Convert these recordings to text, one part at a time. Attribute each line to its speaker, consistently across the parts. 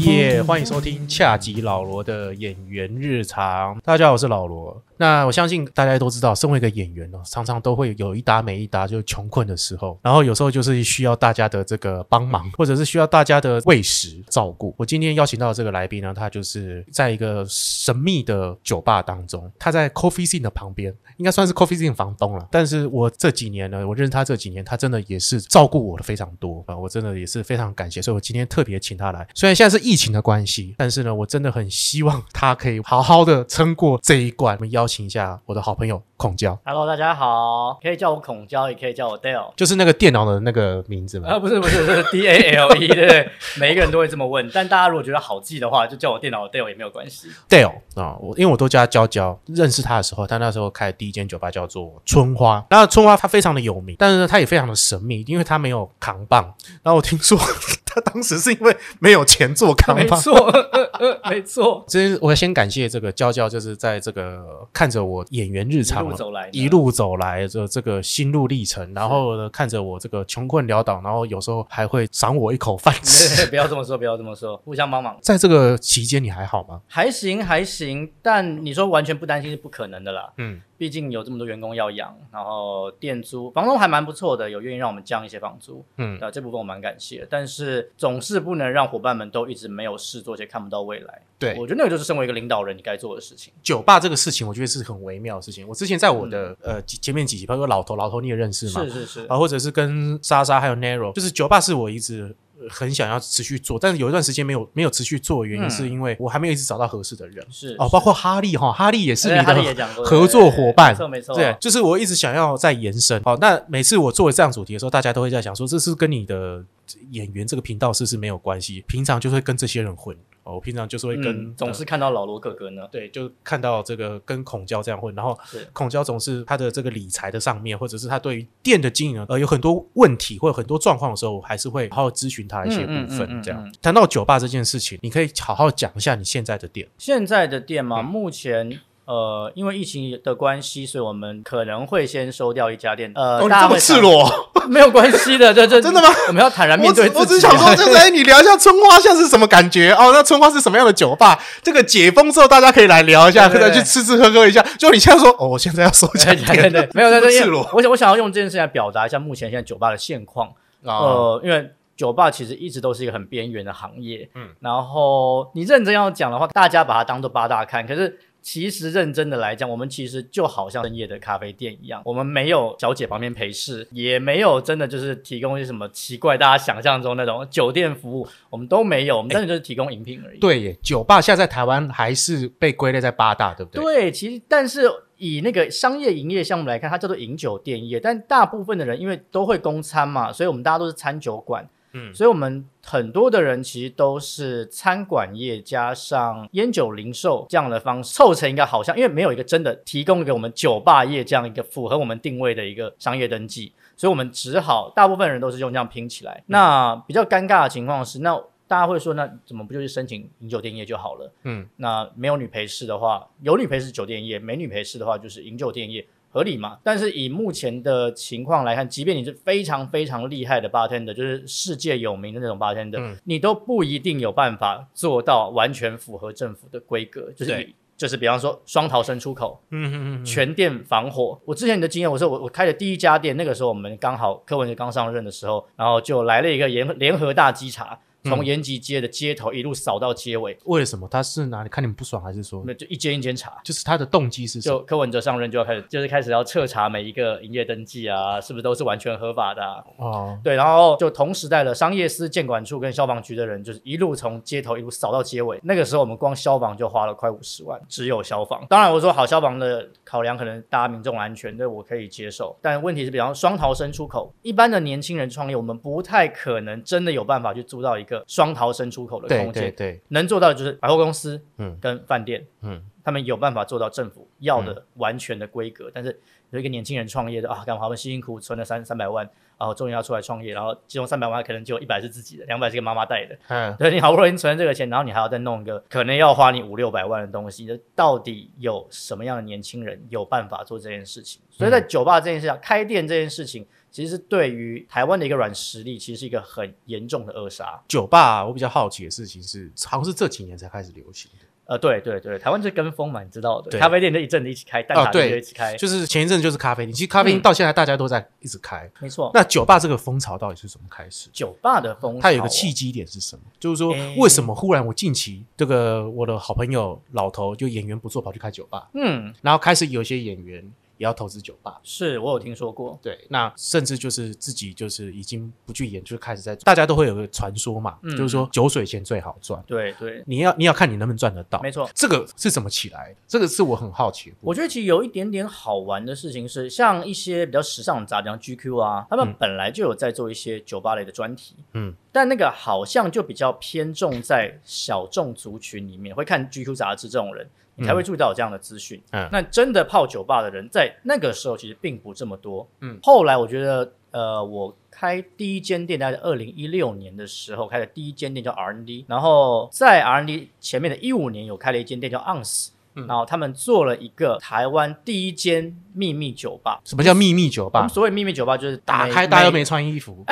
Speaker 1: 夜，欢迎收听恰吉老罗的演员日常。大家好，我是老罗。那我相信大家都知道，身为一个演员呢，常常都会有一搭没一搭，就是穷困的时候，然后有时候就是需要大家的这个帮忙，或者是需要大家的喂食照顾。我今天邀请到的这个来宾呢，他就是在一个神秘的酒吧当中，他在 Coffee Scene 的旁边，应该算是 Coffee Scene 房东了。但是我这几年呢，我认识他这几年，他真的也是照顾我的非常多啊，我真的也是非常感谢，所以我今天特别请他来。虽然现在是疫情的关系，但是呢，我真的很希望他可以好好的撑过这一关。我们邀请一下我的好朋友孔娇，
Speaker 2: Hello，大家好，可以叫我孔娇，也可以叫我 Dale。
Speaker 1: 就是那个电脑的那个名字嘛。
Speaker 2: 啊，不是不是，是 D A L E，对不对？每一个人都会这么问，但大家如果觉得好记的话，就叫我电脑 Dale 也没有关系。
Speaker 1: Dale 啊、我因为我都叫他娇娇。认识他的时候，他那时候开的第一间酒吧叫做春花。那春花它非常的有名，但是呢，它也非常的神秘，因为它没有扛棒。然后我听说他当时是因为没有钱做扛
Speaker 2: 没
Speaker 1: 棒。
Speaker 2: 错，呃呃没错，
Speaker 1: 真，我先感谢这个娇娇，就是在这个看着我演员日
Speaker 2: 一
Speaker 1: 常
Speaker 2: 路走来，
Speaker 1: 一路走来的这个心路历程，然后呢，看着我这个穷困潦倒，然后有时候还会赏我一口饭
Speaker 2: 对，对
Speaker 1: 吃。
Speaker 2: 对 不要这么说，不要这么说，互相帮忙。
Speaker 1: 在这个期间，你还好吗？
Speaker 2: 还行还行，但你说完全不担心是不可能的啦，
Speaker 1: 嗯，
Speaker 2: 毕竟有这么多员工要养，然后店租，房东还蛮不错的，有愿意让我们降一些房租，
Speaker 1: 嗯
Speaker 2: 啊，这部分我蛮感谢的，但是总是不能让伙伴们都一直没有事做且看不到未来，
Speaker 1: 对，
Speaker 2: 我觉得那个就是身为一个领导人你该做的事情。
Speaker 1: 酒吧这个事情，我觉得是很微妙的事情。我之前在我的、呃几前面几集，包括老头，老头你也认识嘛，
Speaker 2: 嗯是是是，
Speaker 1: 啊，或者是跟莎莎还有 Narrow，就是酒吧是我一直呃很想要持续做，但是有一段时间没有没有持续做，原因
Speaker 2: 嗯
Speaker 1: 是因为我还没有一直找到合适的人。
Speaker 2: 是
Speaker 1: 哦，包括哈利哈，哈利也是
Speaker 2: 对
Speaker 1: 你
Speaker 2: 哈利也
Speaker 1: 的
Speaker 2: 哦讲过
Speaker 1: 合作伙伴
Speaker 2: 没错没错，
Speaker 1: 对，就是我一直想要再延伸。好，那每次我做这样主题的时候，大家都会在想说，这是跟你的演员这个频道是不是没有关系？平常就是会跟这些人混哦，我平常就是会跟、
Speaker 2: 嗯，总
Speaker 1: 呃
Speaker 2: 是看到老罗哥哥呢，
Speaker 1: 对，就看到这个跟孔教这样混，然后
Speaker 2: 是
Speaker 1: 孔教总是他的这个理财的上面，或者是他对于店的经营，呃，有很多问题或者很多状况的时候，我还是会好好咨询他一些部
Speaker 2: 嗯嗯嗯
Speaker 1: 分。
Speaker 2: 嗯
Speaker 1: 这样
Speaker 2: 嗯
Speaker 1: 谈到酒吧这件事情，你可以好好讲一下你现在的店。
Speaker 2: 现在的店
Speaker 1: 嗯
Speaker 2: 嘛，目前。呃，因为疫情的关系，所以我们可能会先收掉一家店。呃，
Speaker 1: 哦，你
Speaker 2: 大家
Speaker 1: 这么
Speaker 2: 会
Speaker 1: 赤裸，
Speaker 2: 想，没有关系的，这这
Speaker 1: 真的吗？
Speaker 2: 我们要坦然面
Speaker 1: 我只
Speaker 2: 对自己。啊
Speaker 1: 我只 想说，就是哎，你聊一下春花像是什么感觉哦？那春花是什么样的酒吧？这个解封之后，大家可以来聊一下，可
Speaker 2: 对
Speaker 1: 以
Speaker 2: 对
Speaker 1: 去吃吃喝喝一下。就你现在说，哦，我现在要收起来
Speaker 2: 对
Speaker 1: 店，
Speaker 2: 对对，没有 在
Speaker 1: 这么赤
Speaker 2: 这因为
Speaker 1: 裸
Speaker 2: 我想我想要用这件事情来表达一下目前现在酒吧的现况。
Speaker 1: 啊，
Speaker 2: 呃，因为酒吧其实一直都是一个很边缘的行业，
Speaker 1: 嗯
Speaker 2: 嗯，然后你认真要讲的话，大家把它当做八大看，可是。其实认真的来讲，我们其实就好像深夜的咖啡店一样，我们没有小姐旁边陪侍，也没有真的就是提供一些什么奇怪大家想象中那种酒店服务，我们都没有，我们真的就是提供饮品而已。
Speaker 1: 对耶，酒吧现在在台湾还是被归类在八大，对不对？
Speaker 2: 对，其实但是以那个商业营业项目来看，它叫做饮酒店业，但大部分的人因为都会供餐嘛，所以我们大家都是餐酒馆，
Speaker 1: 嗯
Speaker 2: 所以我们很多的人其实都是餐馆业加上烟酒零售这样的方式凑成一个好像，因为没有一个真的提供给我们酒吧业这样一个符合我们定位的一个商业登记，所以我们只好大部分人都是用这样拼起
Speaker 1: 嗯
Speaker 2: 来。那比较尴尬的情况是，那大家会说，那怎么不就是申请饮酒店业就好了？
Speaker 1: 嗯，
Speaker 2: 那没有女陪侍的话，有女陪侍酒店业，没女陪侍的话就是饮酒店业，合理嘛？但是以目前的情况来看，即便你是非常非常厉害的 bartender，就是世界有名的那种 bartender，、
Speaker 1: 嗯
Speaker 2: 你都不一定有办法做到完全符合政府的规格，就是
Speaker 1: 对
Speaker 2: 以就是比方说双逃生出口，
Speaker 1: 嗯嗯嗯，
Speaker 2: 全店防火。我之前的经验，我说我我开的第一家店，那个时候我们刚好柯文哲刚上任的时候，然后就来了一个联联合大稽查，从
Speaker 1: 嗯
Speaker 2: 延吉街的街头一路扫到街尾，
Speaker 1: 为了什么？他是哪里看你们不爽，还是说
Speaker 2: 那、就一间一间查。
Speaker 1: 就是他的动机是什么？
Speaker 2: 就柯文哲上任就要开始，就是开始要彻查每一个营业登记啊，是不是都是完全合法的、啊？
Speaker 1: 哦，
Speaker 2: 对，然后就同时代的商业司、建管处跟消防局的人，就是一路从街头一路扫到街尾。那个时候我们光消防就花了快五十万，只有消防。当然我说好消防的考量，可能大家民众安全，对我可以接受。但问题是，比方双逃生出口，一般的年轻人创业，我们不太可能真的有办法去租到一个双逃生出口的
Speaker 1: 对
Speaker 2: 空
Speaker 1: 对
Speaker 2: 间。
Speaker 1: 对，
Speaker 2: 能做到的就是百货公司，
Speaker 1: 嗯
Speaker 2: 跟饭店，
Speaker 1: 嗯，
Speaker 2: 他们有办法做到政府要的完全的规格，但是有一个年轻人创业的啊，干嘛？我们辛辛苦苦存了三三百万，然后终于要出来创业，然后其中三百万可能只有一百是自己的，两百是给妈妈带的。
Speaker 1: 嗯，
Speaker 2: 对你好不容易存了这个钱，然后你还要再弄一个可能要花你五六百万的东西，这到底
Speaker 1: 嗯
Speaker 2: 有什么样的年轻人有办法做这件事情？所以在酒吧这件事上，开店这件事情，其实对于台湾的一个软实力，其实是一个很严重的扼杀。
Speaker 1: 酒吧，我比较好奇的事情是，好像是这几年才开始流行的。
Speaker 2: 呃，对对对，台湾就跟风嘛，你知道的，
Speaker 1: 对哦
Speaker 2: 咖啡店就一阵子一起开，蛋挞店就一起开，
Speaker 1: 就是前一阵就是咖啡厅，其实咖啡
Speaker 2: 嗯
Speaker 1: 厅到现在大家都在一直开。
Speaker 2: 没错。
Speaker 1: 那酒吧这个风潮到底是怎么开始？
Speaker 2: 酒吧的哦风潮，啊
Speaker 1: 它有一个契机点是什么？就是说
Speaker 2: 诶，
Speaker 1: 为什么忽然我近期这个我的好朋友老头就演员不做，跑去开酒吧，
Speaker 2: 嗯，
Speaker 1: 然后开始有些演员也要投资酒吧。
Speaker 2: 是我有听说过，
Speaker 1: 对，那甚至就是自己就是已经不去演，就开始在大家都会有个传说嘛，
Speaker 2: 嗯
Speaker 1: 就是说酒水钱最好赚，
Speaker 2: 对对，
Speaker 1: 你要你要看你能不能赚得到。
Speaker 2: 没错。
Speaker 1: 这个是怎么起来的？这个是我很好奇的部分。
Speaker 2: 我觉得其实有一点点好玩的事情是，像一些比较时尚的杂志，像 GQ 啊，他们
Speaker 1: 嗯
Speaker 2: 本来就有在做一些酒吧类的专题，
Speaker 1: 嗯，
Speaker 2: 但那个好像就比较偏重在小众族群里面，会看 GQ 杂志这种人，你才会注意到有这样的资讯。
Speaker 1: 嗯
Speaker 2: 那真的泡酒吧的人，在那个时候其实并不这么多。
Speaker 1: 嗯，
Speaker 2: 后来我觉得，呃，我开第一间店大概在二零一六年的时候开的第一间店叫 R&D，然后在 R&D 前面的一五年有开了一间店叫 Ounce。
Speaker 1: 嗯
Speaker 2: 然后他们做了一个台湾第一间秘密酒吧。
Speaker 1: 什么叫秘密酒
Speaker 2: 我哎
Speaker 1: 吧？
Speaker 2: 们所谓秘密酒吧就是
Speaker 1: 打开大家都没穿衣服，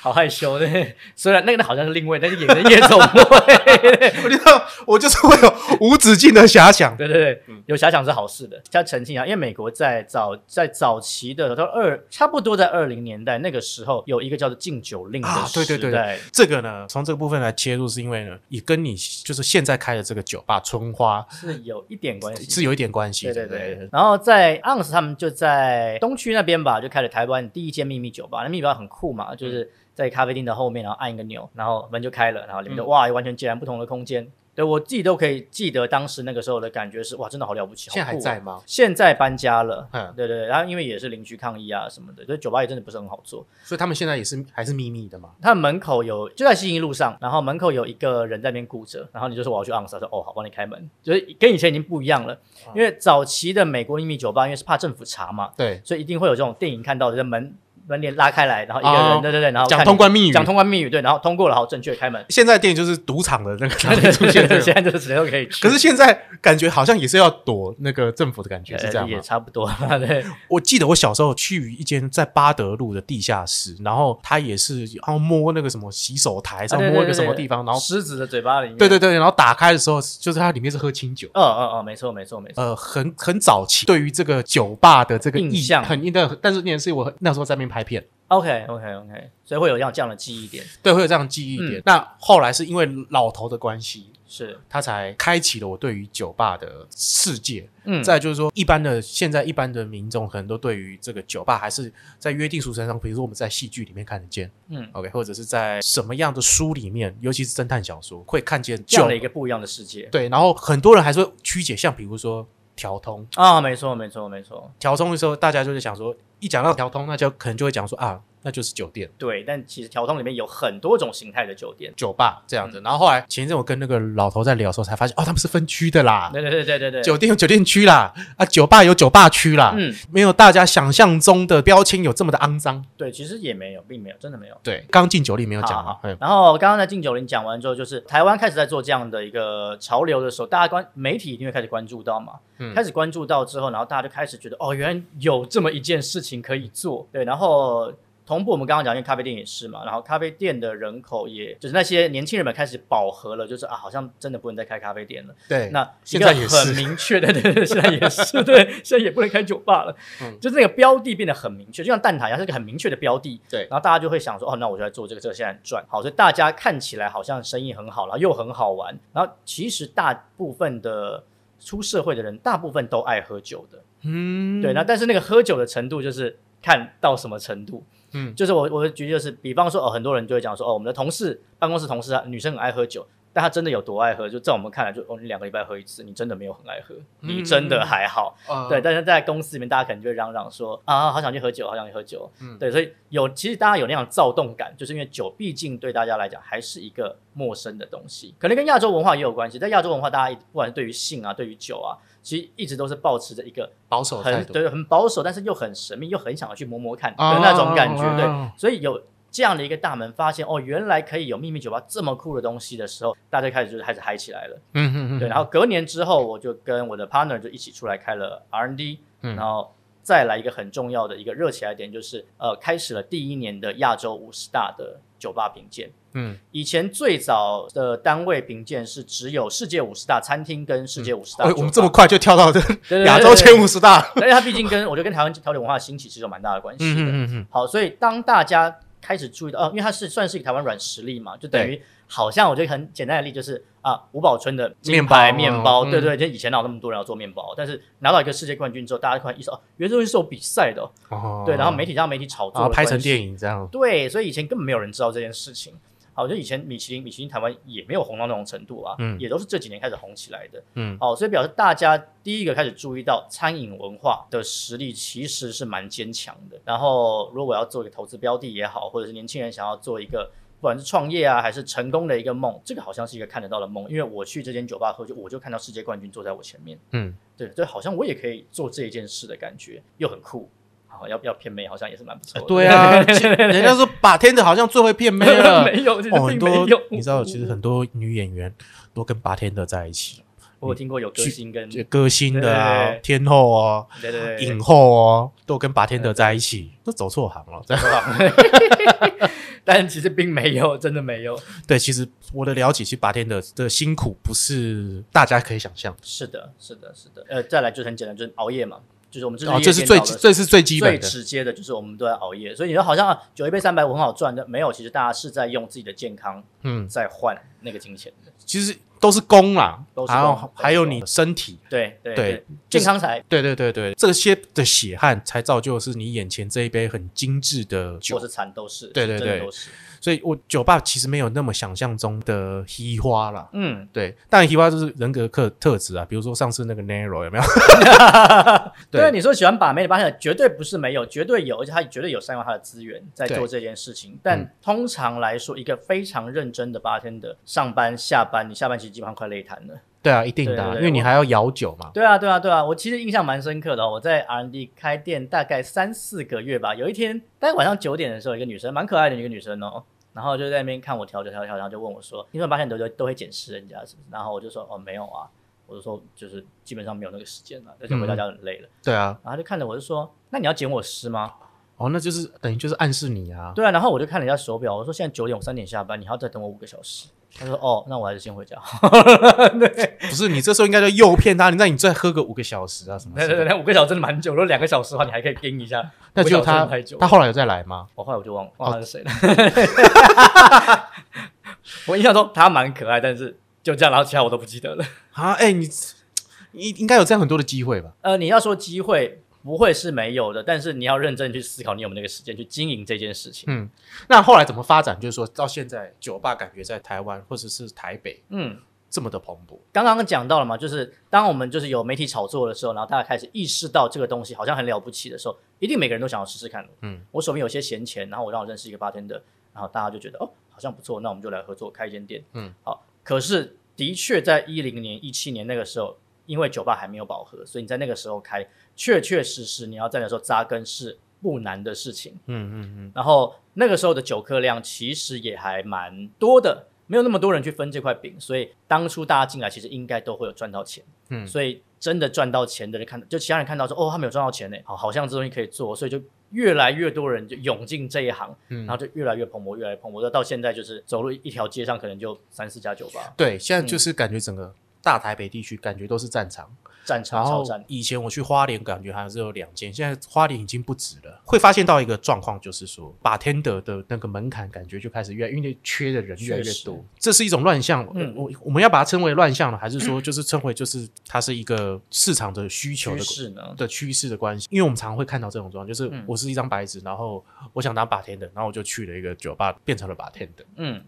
Speaker 2: 好害羞的， 虽然那个好像是另外，但是演的夜总会。
Speaker 1: 我就我就是会有无止境的遐想。
Speaker 2: 对对对，
Speaker 1: 嗯
Speaker 2: 有遐想是好事的。要澄清一下，因为美国在早在早期的到二差不多在二零年代那个时候，有一个叫做禁酒令的时代。
Speaker 1: 啊对对对这个呢，从这个部分来切入，是因为呢，也跟你就是现在开的这个酒吧春花
Speaker 2: 是有一点关系。
Speaker 1: 是有一点关系
Speaker 2: 对
Speaker 1: 的。
Speaker 2: 哎对对，然后在 Ounce 他们就在东区那边吧，就开了台湾第一间秘密酒吧。那秘密酒吧很酷嘛，
Speaker 1: 嗯
Speaker 2: 就是在咖啡厅的后面，然后按一个钮，然后门就开了，然后里面
Speaker 1: 嗯
Speaker 2: 就、哇，完全截然不同的空间。对我自己都可以记得当时那个时候的感觉是哇，真的好了不起，好
Speaker 1: 现在还
Speaker 2: 酷哦
Speaker 1: 在吗？
Speaker 2: 现在搬家了，
Speaker 1: 嗯
Speaker 2: 对对对，然后因为也是邻居抗议啊什么的，所以酒吧也真的不是很好做。
Speaker 1: 所以他们现在也是还是秘密的嘛。
Speaker 2: 它门口有就在西营路上，然后门口有一个人在那边顾着，然后你就说我要去 on 他说哦好，帮你开门，就是跟以前已经不一样了。因为早期的美国秘密酒吧，因为是怕政府查嘛，
Speaker 1: 对，
Speaker 2: 所以一定会有这种电影看到的，就是门门帘拉开来，然后一个人，
Speaker 1: 哦
Speaker 2: 对对对，然后看
Speaker 1: 讲
Speaker 2: 你
Speaker 1: 通关密语。。
Speaker 2: 讲通关密语，对，然后通过了，好，正确开门
Speaker 1: 现在电影就是赌场的那个才会
Speaker 2: 对对
Speaker 1: 出
Speaker 2: 对
Speaker 1: 现
Speaker 2: 对，
Speaker 1: 这
Speaker 2: 现
Speaker 1: 种。
Speaker 2: 在就是谁都可以去，
Speaker 1: 可是现在感觉好像也是要躲那个政府的感觉，是这
Speaker 2: 呃
Speaker 1: 样
Speaker 2: 也
Speaker 1: 吗？
Speaker 2: 差不多了，对。
Speaker 1: 我记得我小时候去一间在巴德路的地下室，然后他也是要摸那个什么洗手台，
Speaker 2: 啊
Speaker 1: 上
Speaker 2: 对对
Speaker 1: 摸一
Speaker 2: 对
Speaker 1: 个什么
Speaker 2: 对
Speaker 1: 地方，然后
Speaker 2: 狮子的嘴巴里面，
Speaker 1: 对对对，然后打开的时候就是它里面是喝清酒。
Speaker 2: 哦哦哦，没错没错没错，
Speaker 1: 呃，很很早期对于这个酒吧的这个
Speaker 2: 印
Speaker 1: 意
Speaker 2: 象
Speaker 1: 很印的，但是那是我那时候在那边拍片，
Speaker 2: OK OK OK，所以会有这样这样的记忆点，
Speaker 1: 对，会有这样记忆点。那后来是因为老头的关系，
Speaker 2: 是
Speaker 1: 他才开启了我对于酒吧的世界。
Speaker 2: 嗯
Speaker 1: 再来就是说，一般的现在一般的民众可能都对于这个酒吧还是在约定俗成上，比如说我们在戏剧里面看得见
Speaker 2: 嗯
Speaker 1: ，OK，或者是在什么样的书里面，尤其是侦探小说会看见
Speaker 2: 这样
Speaker 1: 酒
Speaker 2: 的一个不一样的世界
Speaker 1: 对，然后很多人还是会曲解，像比如说调通，
Speaker 2: 啊，没错没错没错，
Speaker 1: 调通的时候，大家就是想说，一讲到调通，那就可能就会讲说啊，那就是酒店。
Speaker 2: 对，但其实调通里面有很多种形态的酒店，
Speaker 1: 酒吧这
Speaker 2: 嗯
Speaker 1: 样子，然后后来前一阵我跟那个老头在聊的时候，才发现哦，他们是分区的啦，
Speaker 2: 对对对对对对，
Speaker 1: 酒店有啊酒店区啦，啊，酒吧有酒吧区啦，
Speaker 2: 嗯
Speaker 1: 没有大家想象中的标签有这么的肮脏。
Speaker 2: 对，其实也没有，并没有，真的没有。
Speaker 1: 对，刚进酒里没有讲
Speaker 2: 好
Speaker 1: 嘛
Speaker 2: 好，
Speaker 1: 嗯，
Speaker 2: 然后刚刚在禁酒令讲完之后，就是台湾开始在做这样的一个潮流的时候，大家关媒体一定会开始关注到嘛，
Speaker 1: 嗯
Speaker 2: 开始关注到之后，然后大家就开始觉得哦，原来有这么一件事情可以做，对，然后。同步，我们刚刚讲，因为咖啡店也是嘛，然后咖啡店的人口也，就是那些年轻人们开始饱和了，就是啊，好像真的不能再开咖啡店了。
Speaker 1: 对，
Speaker 2: 那一
Speaker 1: 现
Speaker 2: 个
Speaker 1: 在也
Speaker 2: 很
Speaker 1: 是，
Speaker 2: 明确的，对 对对，现在也是对，现在也不能开酒吧了，
Speaker 1: 嗯
Speaker 2: 就是那个标的变得很明确，就像蛋挞一样，是一个很明确的标的，
Speaker 1: 对
Speaker 2: 然后大家就会想说，哦，那我就来做这个，这个现在很赚，好，所以大家看起来好像生意很好，然后又很好玩，然后其实大部分的出社会的人，大部分都爱喝酒的，
Speaker 1: 嗯，
Speaker 2: 对，那但是那个喝酒的程度就是看到什么程度。
Speaker 1: 嗯
Speaker 2: 就是我我的举例就是，比方说哦，很多人就会讲说哦，我们的同事办公室同事啊，女生很爱喝酒，但她真的有多爱喝？就在我们看来就，哦，你两个礼拜喝一次，你真的没有很爱喝，你真的还好。
Speaker 1: 呃
Speaker 2: 对，但是在公司里面，大家可能就会嚷嚷说啊，好想去喝酒，好想去喝酒。
Speaker 1: 嗯
Speaker 2: 对，所以有其实大家有那样的躁动感，就是因为酒毕竟对大家来讲还是一个陌生的东西，可能跟亚洲文化也有关系。在亚洲文化，大家一不管是对于性啊，对于酒啊，其实一直都是保持着一个
Speaker 1: 保守态
Speaker 2: 很
Speaker 1: 度，
Speaker 2: 对很保守，但是又很神秘，又很想要去摸摸看的
Speaker 1: 啊
Speaker 2: 那种感
Speaker 1: 啊
Speaker 2: 觉。对，
Speaker 1: 啊
Speaker 2: 所以有这样的一个大门，发现哦，原来可以有秘密酒吧这么酷的东西的时候，大家开始就开始嗨起来了。
Speaker 1: 嗯嗯嗯，
Speaker 2: 对，然后隔年之后，我就跟我的 partner 就一起出来开了 R&D，、
Speaker 1: 嗯
Speaker 2: 然后再来一个很重要的一个热起来的点，就是呃，开始了第一年的亚洲五十大的酒吧评鉴。
Speaker 1: 嗯，
Speaker 2: 以前最早的单位评鉴是只有世界五十大餐厅跟世界五十大酒
Speaker 1: 哎
Speaker 2: 吧、
Speaker 1: 我们这么快就跳到这
Speaker 2: 对对对
Speaker 1: 亚洲前五十大，
Speaker 2: 但是它毕竟跟我觉得跟台湾调酒文化的兴起是有蛮大的关系的。
Speaker 1: 嗯嗯嗯
Speaker 2: 好，所以当大家开始注意到，呃，因为它是算是一个台湾软实力嘛，就等于好像我觉得很简单的例子就是啊，吴宝春的金牌
Speaker 1: 面包
Speaker 2: 面包，
Speaker 1: 嗯
Speaker 2: 对对，就以前哪有那么多人要做面包，但是拿到一个世界冠军之后，大家突然意识到，哦原来这东西是有比赛的哦，
Speaker 1: 嗯，哦
Speaker 2: 对，然后媒体让媒体炒
Speaker 1: 然
Speaker 2: 作
Speaker 1: 后，哦拍成
Speaker 2: 影。
Speaker 1: 电影这样，
Speaker 2: 对，所以以前根本没有人知道这件事情。好，就以前米其林，米其林台湾也没有红到那种程度啊，
Speaker 1: 嗯
Speaker 2: 也都是这几年开始红起来的。
Speaker 1: 嗯，
Speaker 2: 好，所以表示大家第一个开始注意到餐饮文化的实力其实是蛮坚强的。然后，如果要做一个投资标的也好，或者是年轻人想要做一个。不管是创业啊，还是成功的一个梦，这个好像是一个看得到的梦。因为我去这间酒吧喝酒，我就看到世界冠军坐在我前面。
Speaker 1: 嗯，
Speaker 2: 对对，好像我也可以做这一件事的感觉，又很酷。好，要要骗妹，好像也是蛮不错的。
Speaker 1: 对 啊，人家说把天的好像最会骗妹了，
Speaker 2: 没有，其实
Speaker 1: 哦，很
Speaker 2: 并没
Speaker 1: 多
Speaker 2: 有。
Speaker 1: 你知道，其实很多女演员都跟八天的在一起，
Speaker 2: 我有听过有歌星跟
Speaker 1: 就
Speaker 2: 对
Speaker 1: 歌星的啊
Speaker 2: 嗯对、
Speaker 1: 天后哦、
Speaker 2: 对对
Speaker 1: 影后哦，都跟八天的在一起，都走错行了。
Speaker 2: 对吧但其实并没有，真的没有。
Speaker 1: 对，其实我的了解，其实八天的的辛苦不是大家可以想象的。
Speaker 2: 是的，是的，是的。呃，再来就是很简单，就是熬夜嘛，就是我们
Speaker 1: 哦，这是最
Speaker 2: 基
Speaker 1: 这是最基
Speaker 2: 最
Speaker 1: 本的。
Speaker 2: 直接的，就是我们都在熬夜。所以你说好像啊，酒一杯三百五很好赚的，没有，其实大家是在用自己的健康
Speaker 1: 嗯，
Speaker 2: 在换那个金钱的。
Speaker 1: 其实都是功啦
Speaker 2: 都，是
Speaker 1: 然
Speaker 2: 功
Speaker 1: 后
Speaker 2: 都是
Speaker 1: 还有
Speaker 2: 功
Speaker 1: 你身体。
Speaker 2: 对对
Speaker 1: 对
Speaker 2: 对，健康才
Speaker 1: 对对对对，这些的血汗才造就是你眼前这一杯很精致的
Speaker 2: 或
Speaker 1: 酒，
Speaker 2: 是残都是，
Speaker 1: 对对
Speaker 2: 真的
Speaker 1: 对
Speaker 2: 都是。
Speaker 1: 所以我酒吧其实没有那么想象中的稀花啦。
Speaker 2: 嗯，
Speaker 1: 对，但提花就是人格特特质啊，比如说上次那个 Nero 有没有？ 对
Speaker 2: 对啊，你说喜欢把妹的，发现绝对不是没有，绝对有，而且他绝对有善用他的资源在
Speaker 1: 对
Speaker 2: 做这件事情。但通常来说，一个非常认真的八天的上班下班，你下班其实基本上快累瘫了。
Speaker 1: 对啊，一定的啊、
Speaker 2: 对对对
Speaker 1: 因为你还要摇酒嘛。
Speaker 2: 对啊，对啊，对啊，我其实印象蛮深刻的、哦。我在 R&D 开店大概三四个月吧，有一天大概晚上九点的时候，一个女生蛮可爱的一个女生哦。然后就在那边看我调酒调酒调酒，然后就问我说：“你怎么发现你都都会检视人家是不是？”然后我就说：“哦，没有啊。”我就说：“就是基本上没有那个时间了，而且回到家很累了。
Speaker 1: 对啊，
Speaker 2: 然后他就看着我就说：“那你要剪我师吗
Speaker 1: 哦，那就是等于就是暗示你啊？”。
Speaker 2: 对啊，然后我就看了一下手表，我说：“现在九点，我三点下班，你还要再等我五个小时。”他说：“哦，那我还是先回 家。
Speaker 1: 不是，你这时候应该就诱骗他，你让你再喝个五个小时啊什”么
Speaker 2: 对
Speaker 1: 之类
Speaker 2: 对
Speaker 1: 的。
Speaker 2: 对，五个小时真的蛮久，如果两个小时的话，你还可以盯一下。
Speaker 1: 那就
Speaker 2: 五个小时
Speaker 1: 他
Speaker 2: 真的太久了
Speaker 1: 他后来有再来吗？
Speaker 2: 我后来我就忘忘了他是谁了。 我印象中他蛮可爱，但是就这样，然后其他我都不记得了。
Speaker 1: 啊，哎、你你应该有这样很多的机会吧？
Speaker 2: 呃，你要说机会不会是没有的，但是你要认真去思考，你有没有那个时间去经营这件事情。
Speaker 1: 嗯，那后来怎么发展？就是说到现在，酒吧感觉在台湾或者是台北
Speaker 2: 嗯，
Speaker 1: 这么的蓬勃。
Speaker 2: 刚刚讲到了嘛，就是当我们就是有媒体炒作的时候，然后大家开始意识到这个东西好像很了不起的时候，一定每个人都想要试试看的。
Speaker 1: 嗯，
Speaker 2: 我手边有些闲钱，然后我让我认识一个八天的，然后大家就觉得哦，好像不错，那我们就来合作开一间店。
Speaker 1: 嗯，
Speaker 2: 好。可是的确在一零年、一七年那个时候，因为酒吧还没有饱和，所以你在那个时候开，确确实实你要在那时候扎根是不难的事情。
Speaker 1: 嗯嗯嗯，
Speaker 2: 然后那个时候的酒客量其实也还蛮多的，没有那么多人去分这块饼，所以当初大家进来其实应该都会有赚到钱。
Speaker 1: 嗯
Speaker 2: 所以真的赚到钱的人看，就其他人看到说，哦，他们有赚到钱呢，好，好像这东西可以做，所以就越来越多人就涌进这一行，
Speaker 1: 嗯
Speaker 2: 然后就越来越蓬勃，越来越蓬勃，到到现在就是走路一条街上可能就三四家酒吧、
Speaker 1: 对，现在就是感觉整个大台北地区感觉都是战场。
Speaker 2: 战
Speaker 1: 然
Speaker 2: 场、
Speaker 1: 后
Speaker 2: 超战，
Speaker 1: 以前我去花莲，感觉还是有两间，现在花莲已经不止了。会发现到一个状况，就是说，把 tender 的那个门槛感觉就开始越来因为缺的人越来越
Speaker 2: 确实
Speaker 1: 多，这是一种乱象。
Speaker 2: 嗯
Speaker 1: 我我们要把它称为乱象呢，还是说就是称为就是它是一个市场的需求
Speaker 2: 趋
Speaker 1: 的
Speaker 2: 势嗯呢？
Speaker 1: 的趋势的关系，因为我们常会看到这种状况，就是我是一张白纸，然后我想当 bartender，然后我就去了一个酒吧，变成了 bartender。
Speaker 2: 嗯，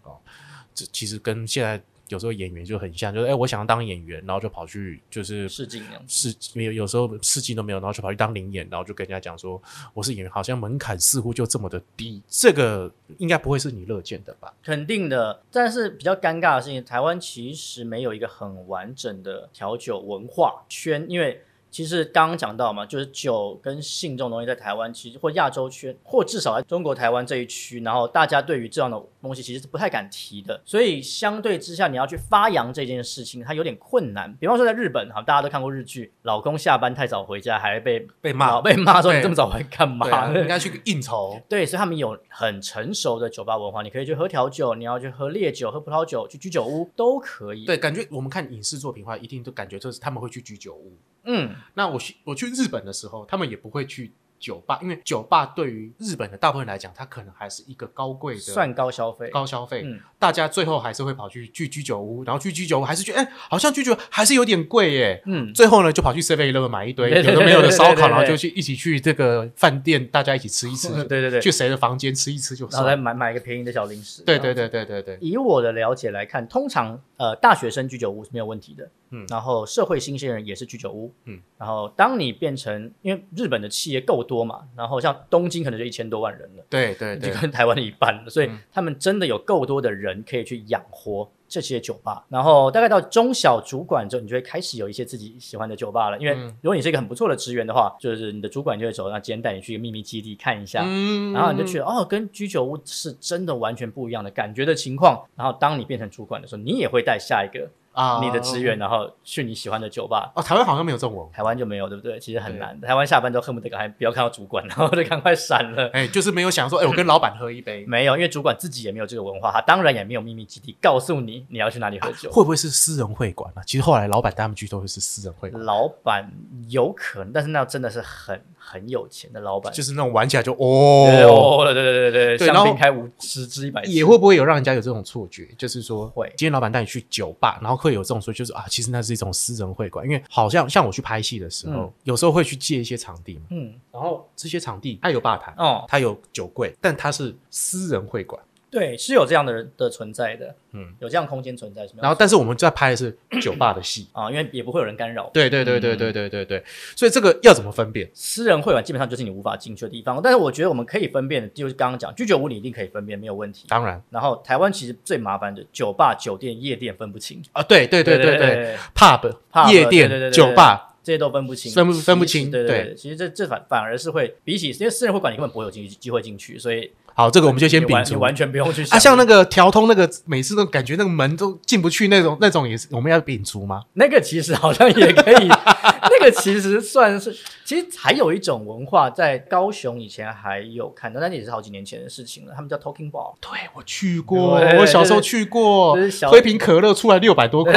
Speaker 1: 这其实跟现在有时候演员就很像，就是哎、我想要当演员，然后就跑去就是
Speaker 2: 是这样。
Speaker 1: 事有有时候事迹都没有，然后就跑去当零演，然后就跟人家讲说我是演员，好像门槛似乎就这么的低，这个应该不会是你乐见的吧？
Speaker 2: 肯定的，但是比较尴尬的事情，台湾其实没有一个很完整的调酒文化圈，因为其实刚刚讲到嘛，就是酒跟性这种东西在台湾，其实或亚洲圈，或至少在中国台湾这一区，然后大家对于这样的东西其实是不太敢提的，所以相对之下，你要去发扬这件事情，它有点困难。比方说在日本，哈，大家都看过日剧，老公下班太早回家，还被
Speaker 1: 被骂
Speaker 2: 老被骂说
Speaker 1: 对
Speaker 2: 你这么早回干嘛？
Speaker 1: 对啊，应该去应酬。
Speaker 2: 对，所以他们有很成熟的酒吧文化，你可以去喝调酒，你要去喝烈酒、喝葡萄酒、去居酒屋都可以。，
Speaker 1: 对，感觉我们看影视作品的话，一定都感觉就是他们会去居酒屋。
Speaker 2: 嗯，
Speaker 1: 那我去我去日本的时候，他们也不会去酒吧，因为酒吧对于日本的大部分人来讲，它可能还是一个高贵的
Speaker 2: 算高消费。
Speaker 1: 高消费，
Speaker 2: 嗯
Speaker 1: 大家最后还是会跑去去居酒屋，然后去居酒屋还是觉得哎、好像居酒屋还是有点贵耶。
Speaker 2: 嗯，
Speaker 1: 最后呢，就跑去 Seven Eleven 买一堆
Speaker 2: 对
Speaker 1: 有
Speaker 2: 对
Speaker 1: 的没有的
Speaker 2: 对对
Speaker 1: 烧
Speaker 2: 对对
Speaker 1: 烤，然后
Speaker 2: 对
Speaker 1: 就去一起去这个饭店，大家一起吃一吃，
Speaker 2: 对对对，
Speaker 1: 去谁的房间吃一吃就
Speaker 2: 然后再
Speaker 1: 算。
Speaker 2: 买买一个便宜的小零食。
Speaker 1: 对对。对对对对，
Speaker 2: 以我的了解来看，通常呃大学生居酒屋是没有问题的，
Speaker 1: 嗯
Speaker 2: 然后社会新鲜人也是居酒屋，
Speaker 1: 嗯，
Speaker 2: 然后当你变成因为日本的企业够多嘛，然后像东京可能就一千多万人了。
Speaker 1: 对对
Speaker 2: 就
Speaker 1: 对，嗯
Speaker 2: 跟台湾的一半了，所以他们真的有够多的人可以去养活这些酒吧。然后大概到中小主管之后，你就会开始有一些自己喜欢的酒吧了。因为
Speaker 1: 嗯
Speaker 2: 如果你是一个很不错的职员的话，就是你的主管就会走，那今天带你去一个秘密基地看一下。
Speaker 1: 嗯
Speaker 2: 然后你就觉得哦，跟居酒屋是真的完全不一样的感觉的情况。然后当你变成主管的时候，你也会带下一个
Speaker 1: 啊
Speaker 2: 你的职员，然后去你喜欢的酒吧。
Speaker 1: 哦，台湾好像没有这种文化，
Speaker 2: 台湾就没有，对不对？其实很
Speaker 1: 对
Speaker 2: 难。台湾下班都恨不得赶快不要看到主管，然后就赶快闪了。
Speaker 1: 哎，就是没有想说， 哎，我跟老板喝一杯，
Speaker 2: 没有，因为主管自己也没有这个文化，他当然也没有秘密基地告诉你你要去哪里喝酒。
Speaker 1: 会不会是私人会馆啊？其实后来老板带他们去都会是私人会馆，
Speaker 2: 老板有可能，但是那真的是很很有钱的老板，
Speaker 1: 就是那种玩起来就
Speaker 2: 对
Speaker 1: 哦，
Speaker 2: 哦，对对对对
Speaker 1: 对
Speaker 2: 香
Speaker 1: 然
Speaker 2: 槟
Speaker 1: 后
Speaker 2: 开五十支一百支
Speaker 1: 也会不会有让人家有这种错觉？就是说，
Speaker 2: 会
Speaker 1: 今天老板带你去酒吧，然后会有这种说，就是啊，其实那是一种私人会馆，因为好像像我去拍戏的时候，
Speaker 2: 嗯
Speaker 1: 有时候会去借一些场地嘛，
Speaker 2: 嗯
Speaker 1: 然后这些场地它有吧台，
Speaker 2: 哦，
Speaker 1: 它有酒柜，但它是私人会馆，
Speaker 2: 对，是有这样的人的存在的，
Speaker 1: 嗯，
Speaker 2: 有这样空间存在是没有。
Speaker 1: 然后但是我们在拍的是酒吧的戏
Speaker 2: 啊，因为也不会有人干扰。
Speaker 1: 对对对对对对对对，所以这个要怎么分辨？
Speaker 2: 私人会馆基本上就是你无法进去的地方，但是我觉得我们可以分辨的，就是刚刚讲居酒屋你一定可以分辨，没有问题。
Speaker 1: 当然
Speaker 2: 然后台湾其实最麻烦的酒吧、酒店、夜店分不清，
Speaker 1: 啊，对对对对对，pub、
Speaker 2: pub，
Speaker 1: 夜
Speaker 2: 对对对
Speaker 1: 店、
Speaker 2: 对
Speaker 1: 酒吧，
Speaker 2: 这些都分不清，
Speaker 1: 分不分不清
Speaker 2: 其实对
Speaker 1: 对
Speaker 2: 对，其实这这反反而是会比起，因为私人会馆你根本不会有机机会进去，所以
Speaker 1: 好，这个我们就先
Speaker 2: 你
Speaker 1: 摒
Speaker 2: 完你
Speaker 1: 除。
Speaker 2: 完全不用去想
Speaker 1: 啊，像那个调通那个，每次都感觉那个门都进不去那种，那种也是我们要摒除吗？
Speaker 2: 那个其实好像也可 以，那个其实算是，其实还有一种文化在高雄以前还有看到，但那也是好几年前的事情了，他们叫 Talking Bar，
Speaker 1: 对，我去过，
Speaker 2: 对
Speaker 1: 我小时候去过
Speaker 2: 就是小，
Speaker 1: 喝一瓶可乐出来六百多块，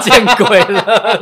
Speaker 2: 见鬼了，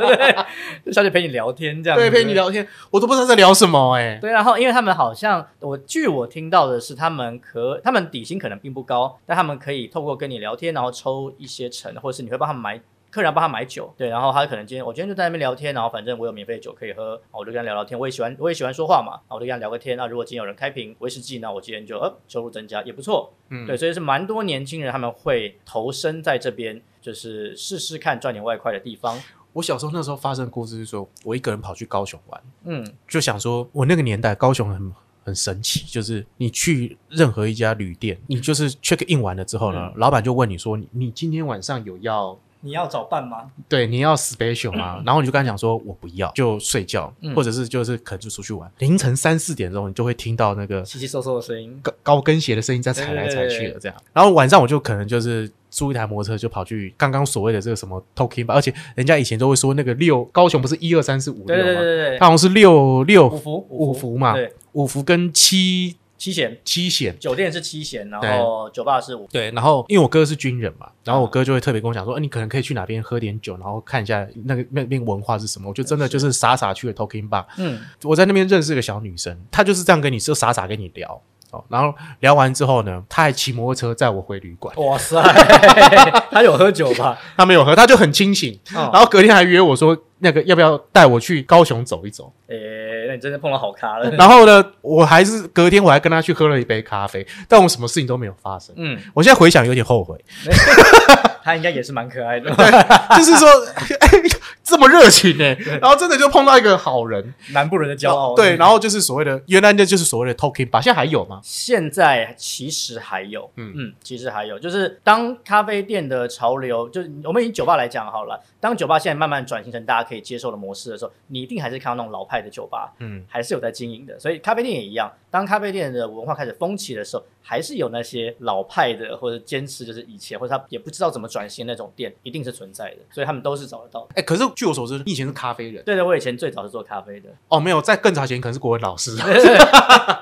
Speaker 2: 对，小姐陪你聊天这样，
Speaker 1: 对，陪你。聊天，我都不知道在聊什么哎、
Speaker 2: 对，然后因为他们好像，我据我听到的是，他们可他们底薪可能并不高，但他们可以透过跟你聊天，然后抽一些成，或者是你会帮他们买。客人帮他买酒，对，然后他可能今天我今天就在那边聊天，然后反正我有免费的酒可以喝，啊我就跟他聊聊天，我也喜欢我也喜欢说话嘛，然后我就跟他聊个天。啊那如果今天有人开瓶威士忌，那我今天就呃收入增加也不错，
Speaker 1: 嗯
Speaker 2: 对，所以是蛮多年轻人他们会投身在这边，就是试试看赚点外快的地方，
Speaker 1: 我小时候那时候发生的故事是说，我一个人跑去高雄玩，
Speaker 2: 嗯
Speaker 1: 就想说我那个年代高雄很。很神奇，就是你去任何一家旅店，你就是 check in 完了之后
Speaker 2: 嗯
Speaker 1: 呢，老板就问你说你你今天晚上有要
Speaker 2: 你要找伴吗？
Speaker 1: 对，你要 special 吗？然后你就跟他讲说，我不要，就睡觉，
Speaker 2: 嗯
Speaker 1: 或者是就是可能就出去玩。凌晨三四点钟，你就会听到那个
Speaker 2: 稀稀嗦嗦的声音，
Speaker 1: 高高跟鞋的声音在踩来踩去
Speaker 2: 对对
Speaker 1: 的这样。然后晚上我就可能就是租一台摩托车，就跑去刚刚所谓的这个什么 talking 吧，而且人家以前都会说那个六，高雄不是一二三四五
Speaker 2: 对
Speaker 1: 六
Speaker 2: 对对
Speaker 1: 吗？
Speaker 2: 对对
Speaker 1: 它，好像是六
Speaker 2: 五
Speaker 1: 六
Speaker 2: 福
Speaker 1: 五福嘛
Speaker 2: 对，
Speaker 1: 五福跟七
Speaker 2: 七弦
Speaker 1: 七险。
Speaker 2: 酒店是七弦，然
Speaker 1: 对
Speaker 2: 后酒吧是五，
Speaker 1: 对，然后因为我哥是军人嘛，然后我哥就会特别跟我讲
Speaker 2: 嗯
Speaker 1: 说，哎、你可能可以去哪边喝点酒，然后看一下那个那边文化是什么。我就真的就是傻傻去了 talking bar，
Speaker 2: 嗯，
Speaker 1: 我在那边认识一个小女生，她就是这样跟你就傻傻跟你聊哦，然后聊完之后呢，她还骑摩托车载我回旅馆，
Speaker 2: 哇塞，他有喝酒吧？
Speaker 1: 她没有喝，她就很清醒，
Speaker 2: 哦
Speaker 1: 然后隔天还约我说那个要不要带我去高雄走一走，
Speaker 2: 诶，那你真的碰到好咖了，
Speaker 1: 然后呢，我还是隔天我还跟她去喝了一杯咖啡，但我什么事情都没有发生。
Speaker 2: 嗯，
Speaker 1: 我现在 回想有点后悔，
Speaker 2: 他应该也是蛮可爱的，
Speaker 1: 就是说，哎 这么热情哎、然后真的就碰到一个好人，
Speaker 2: 南部人的骄傲。
Speaker 1: 对，然后就是所谓的原来那就是所谓的 talking bar，现在还有吗？
Speaker 2: 现在其实还有，
Speaker 1: 嗯
Speaker 2: 嗯嗯，其实还有，就是当咖啡店的潮流，就是我们以酒吧来讲好了，当酒吧现在慢慢转型成大家可以接受的模式的时候，你一定还是看到那种老派的酒吧，
Speaker 1: 嗯，
Speaker 2: 还是有在经营的。所以咖啡店也一样，当咖啡店的文化开始风起的时候，还是有那些老派的或者坚持就是以前或者他也不知道怎么转型那种店，一定是存在的，所以他们都是找得到的。
Speaker 1: 哎、可是据我所知，你以前是咖啡人
Speaker 2: 对对，我以前最早是做咖啡的，
Speaker 1: 哦，没有，在更早前可能是国文老师。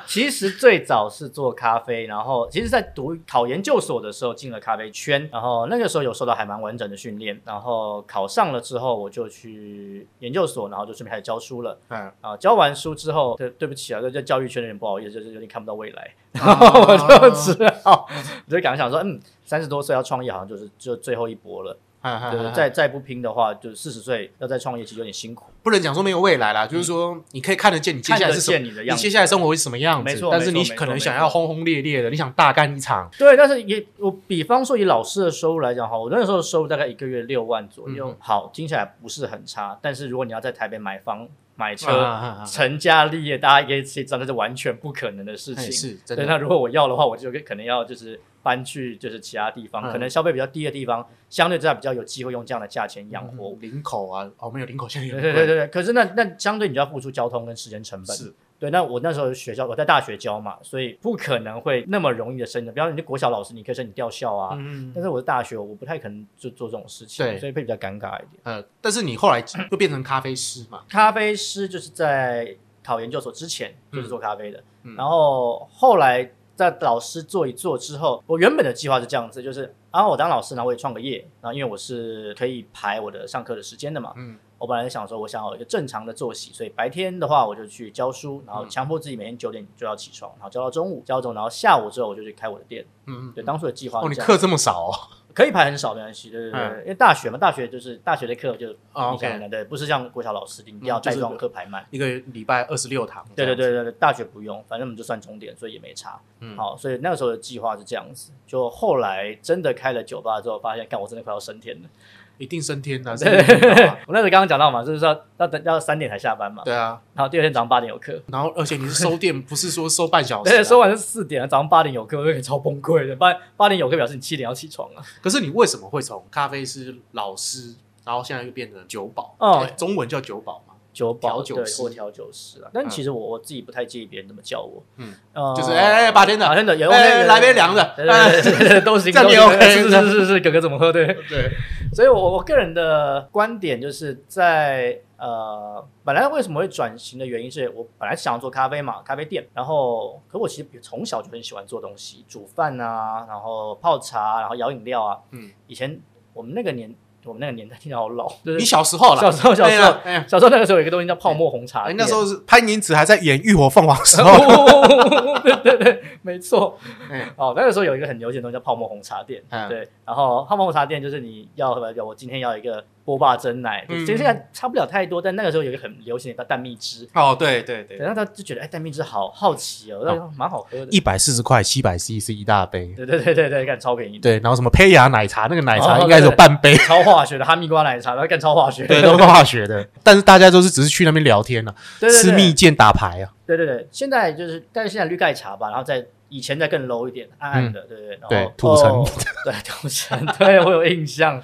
Speaker 2: 其实最早是做咖啡，然后其实，在读考研究所的时候进了咖啡圈，然后那个时候有受到还蛮完整的训练，然后考上了之后，我就去研究所，然后就顺便开始教书了。
Speaker 1: 嗯，
Speaker 2: 啊，教完书之后，对对不起啊，这这教育圈有点不好意思，就是有点看不到未来，然后我就只好，我就赶想说，嗯，三十多岁要创业，好像就是就最后一搏了。
Speaker 1: 啊
Speaker 2: 对对，再再不拼的话，就四十岁要再创业，其实有点辛苦。
Speaker 1: 不能讲说没有未来啦，就是说你可以看得见你接下来是什
Speaker 2: 看得
Speaker 1: 么，
Speaker 2: 见你的
Speaker 1: 你
Speaker 2: 样子
Speaker 1: 接下来生活会是什么样
Speaker 2: 没
Speaker 1: 子
Speaker 2: 错，
Speaker 1: 但是
Speaker 2: 没
Speaker 1: 你
Speaker 2: 错
Speaker 1: 可能
Speaker 2: 没错
Speaker 1: 想
Speaker 2: 没
Speaker 1: 要
Speaker 2: 错
Speaker 1: 轰轰烈烈的，你想大干一场，
Speaker 2: 对，但是也我比方说以老师的收入来讲哈，我那时候收入大概一个月六万左右，
Speaker 1: 嗯嗯
Speaker 2: 好，听起来不是很差。但是如果你要在台北买房、买车、
Speaker 1: 啊啊啊啊
Speaker 2: 成家立业，大家也可以知道那是完全不可能的事
Speaker 1: 哎
Speaker 2: 情。
Speaker 1: 是真
Speaker 2: 对，
Speaker 1: 的。
Speaker 2: 那如果我要的话，我就可能要就是搬去就是其他地方，
Speaker 1: 嗯
Speaker 2: 可能消费比较低的地方，相对之下比较有机会用这样的价钱
Speaker 1: 嗯
Speaker 2: 养活我。
Speaker 1: 领口啊，哦，没有领口现在有
Speaker 2: 对
Speaker 1: 点
Speaker 2: 对
Speaker 1: 贵
Speaker 2: 对对对，可是那那相对你就要付出交通跟时间成本。
Speaker 1: 是
Speaker 2: 对，那我那时候学校我在大学教嘛，所以不可能会那么容易的升的。比方说你是国小老师，你可以申请调校啊，
Speaker 1: 嗯
Speaker 2: 但是我是大学，我不太可能就做这种事情，
Speaker 1: 对
Speaker 2: 所以会比较尴尬一点。
Speaker 1: 呃，但是你后来又变成咖啡师嘛，
Speaker 2: 咖啡师就是在考研究所之前就是做咖啡的，
Speaker 1: 嗯
Speaker 2: 然后后来在老师做一做之后，我原本的计划是这样子，就是啊，我当老师，然后我也创个业，然后因为我是可以排我的上课的时间的嘛，
Speaker 1: 嗯
Speaker 2: 我本来想说我想要有一个正常的作息，所以白天的话我就去教书，然
Speaker 1: 嗯
Speaker 2: 后强迫自己每天九点就要起床，然后教到中午，教到中午，然后下午之后我就去开我的店。
Speaker 1: 嗯，
Speaker 2: 对，当初的计划
Speaker 1: 哦，
Speaker 2: 是
Speaker 1: 你
Speaker 2: 这样。
Speaker 1: 课这么少哦，
Speaker 2: 可以排很少没关系，对对对，
Speaker 1: 嗯
Speaker 2: 因为大学嘛，大学就是大学的课就
Speaker 1: 哦嗯
Speaker 2: 你想想看对，不是像国小老师你一定要带这种课排满。
Speaker 1: 一个礼拜二十六堂，
Speaker 2: 对对
Speaker 1: 这样
Speaker 2: 对对对，大学不用，反正我们就算重点，所以也没差。
Speaker 1: 嗯
Speaker 2: 好，所以那个时候的计划是这样子。就后来真的开了酒吧之后，发现，看我真的快要升天了。
Speaker 1: 子，一定升天的，
Speaker 2: 对
Speaker 1: 升天很高啊
Speaker 2: 我那时候刚刚讲到嘛，就是要要等要三点才下班嘛，
Speaker 1: 对啊，
Speaker 2: 然后第二天早上八点有课，
Speaker 1: 然后而且你是收店，不是说收半小时啊，
Speaker 2: 对，说晚是四点，早上八点有课，我就觉得超崩溃的。八八点有课表示你七点要起床啊。
Speaker 1: 可是你为什么会从咖啡师、老师，然后现在又变成酒保？
Speaker 2: 哦
Speaker 1: 哎中文叫酒保嘛，
Speaker 2: 酒
Speaker 1: 调
Speaker 2: 保
Speaker 1: 酒
Speaker 2: 对
Speaker 1: 师
Speaker 2: 或调酒师啊。但其实我我自己不太介意别人怎么叫我，
Speaker 1: 嗯
Speaker 2: 呃，
Speaker 1: 就是哎哎，八天的，
Speaker 2: 好像的有
Speaker 1: 哎，
Speaker 2: 有
Speaker 1: 来杯凉的，
Speaker 2: 对对对对对，都行，
Speaker 1: 这样
Speaker 2: 都
Speaker 1: 也
Speaker 2: 行
Speaker 1: OK，
Speaker 2: 是
Speaker 1: 这样
Speaker 2: 是是是，哥哥怎么喝？对，
Speaker 1: 哎对，
Speaker 2: 所以我我个人的观点就是在呃，本来为什么会转型的原因是我本来想要做咖啡嘛，咖啡店，然后可我其实从小就很喜欢做东西，煮饭啊，然后泡茶，然后摇饮料啊，
Speaker 1: 嗯，
Speaker 2: 以前我们那个年我们那个年代听到好老，就是
Speaker 1: 你小时候啦，
Speaker 2: 小时候小
Speaker 1: 对
Speaker 2: 时候
Speaker 1: 啊，哎呀，
Speaker 2: 小时候那个时候有一个东西叫泡沫红茶
Speaker 1: 哎
Speaker 2: 店，
Speaker 1: 那时候是潘迎紫还在演《浴火凤凰》的时候，
Speaker 2: 哦，对对对，没错
Speaker 1: 哎。
Speaker 2: 哦，那个时候有一个很流行的东西叫泡沫红茶店，
Speaker 1: 嗯
Speaker 2: 对。然后泡沫红茶店就是你要喝有我今天要一个波霸蒸奶，
Speaker 1: 嗯
Speaker 2: 其实现在差不了太多，但那个时候有一个很流行的叫蛋蜜汁。
Speaker 1: 哦，对对对
Speaker 2: 对，，然后他就觉得哎，蛋蜜汁好好奇哦，那蛮好喝的。
Speaker 1: 一百四十块，七百 CC 一大杯，
Speaker 2: 对对对对对，干超便宜，
Speaker 1: 对，然后什么胚芽奶茶，那个奶茶
Speaker 2: 哦
Speaker 1: 应该有半杯，
Speaker 2: 超化学的哈密瓜奶茶，然后干超化学，
Speaker 1: 对， 都是化学的，但是大家都是只是去那边聊天啊，
Speaker 2: 对对
Speaker 1: 吃
Speaker 2: 对
Speaker 1: 蜜饯打牌啊，
Speaker 2: 对对对，现在就是，但是现在绿盖茶吧，然后再以前再更 low 一点，暗暗的，对对对，然后
Speaker 1: 嗯对土城
Speaker 2: 哦 对土城， 对我有印象，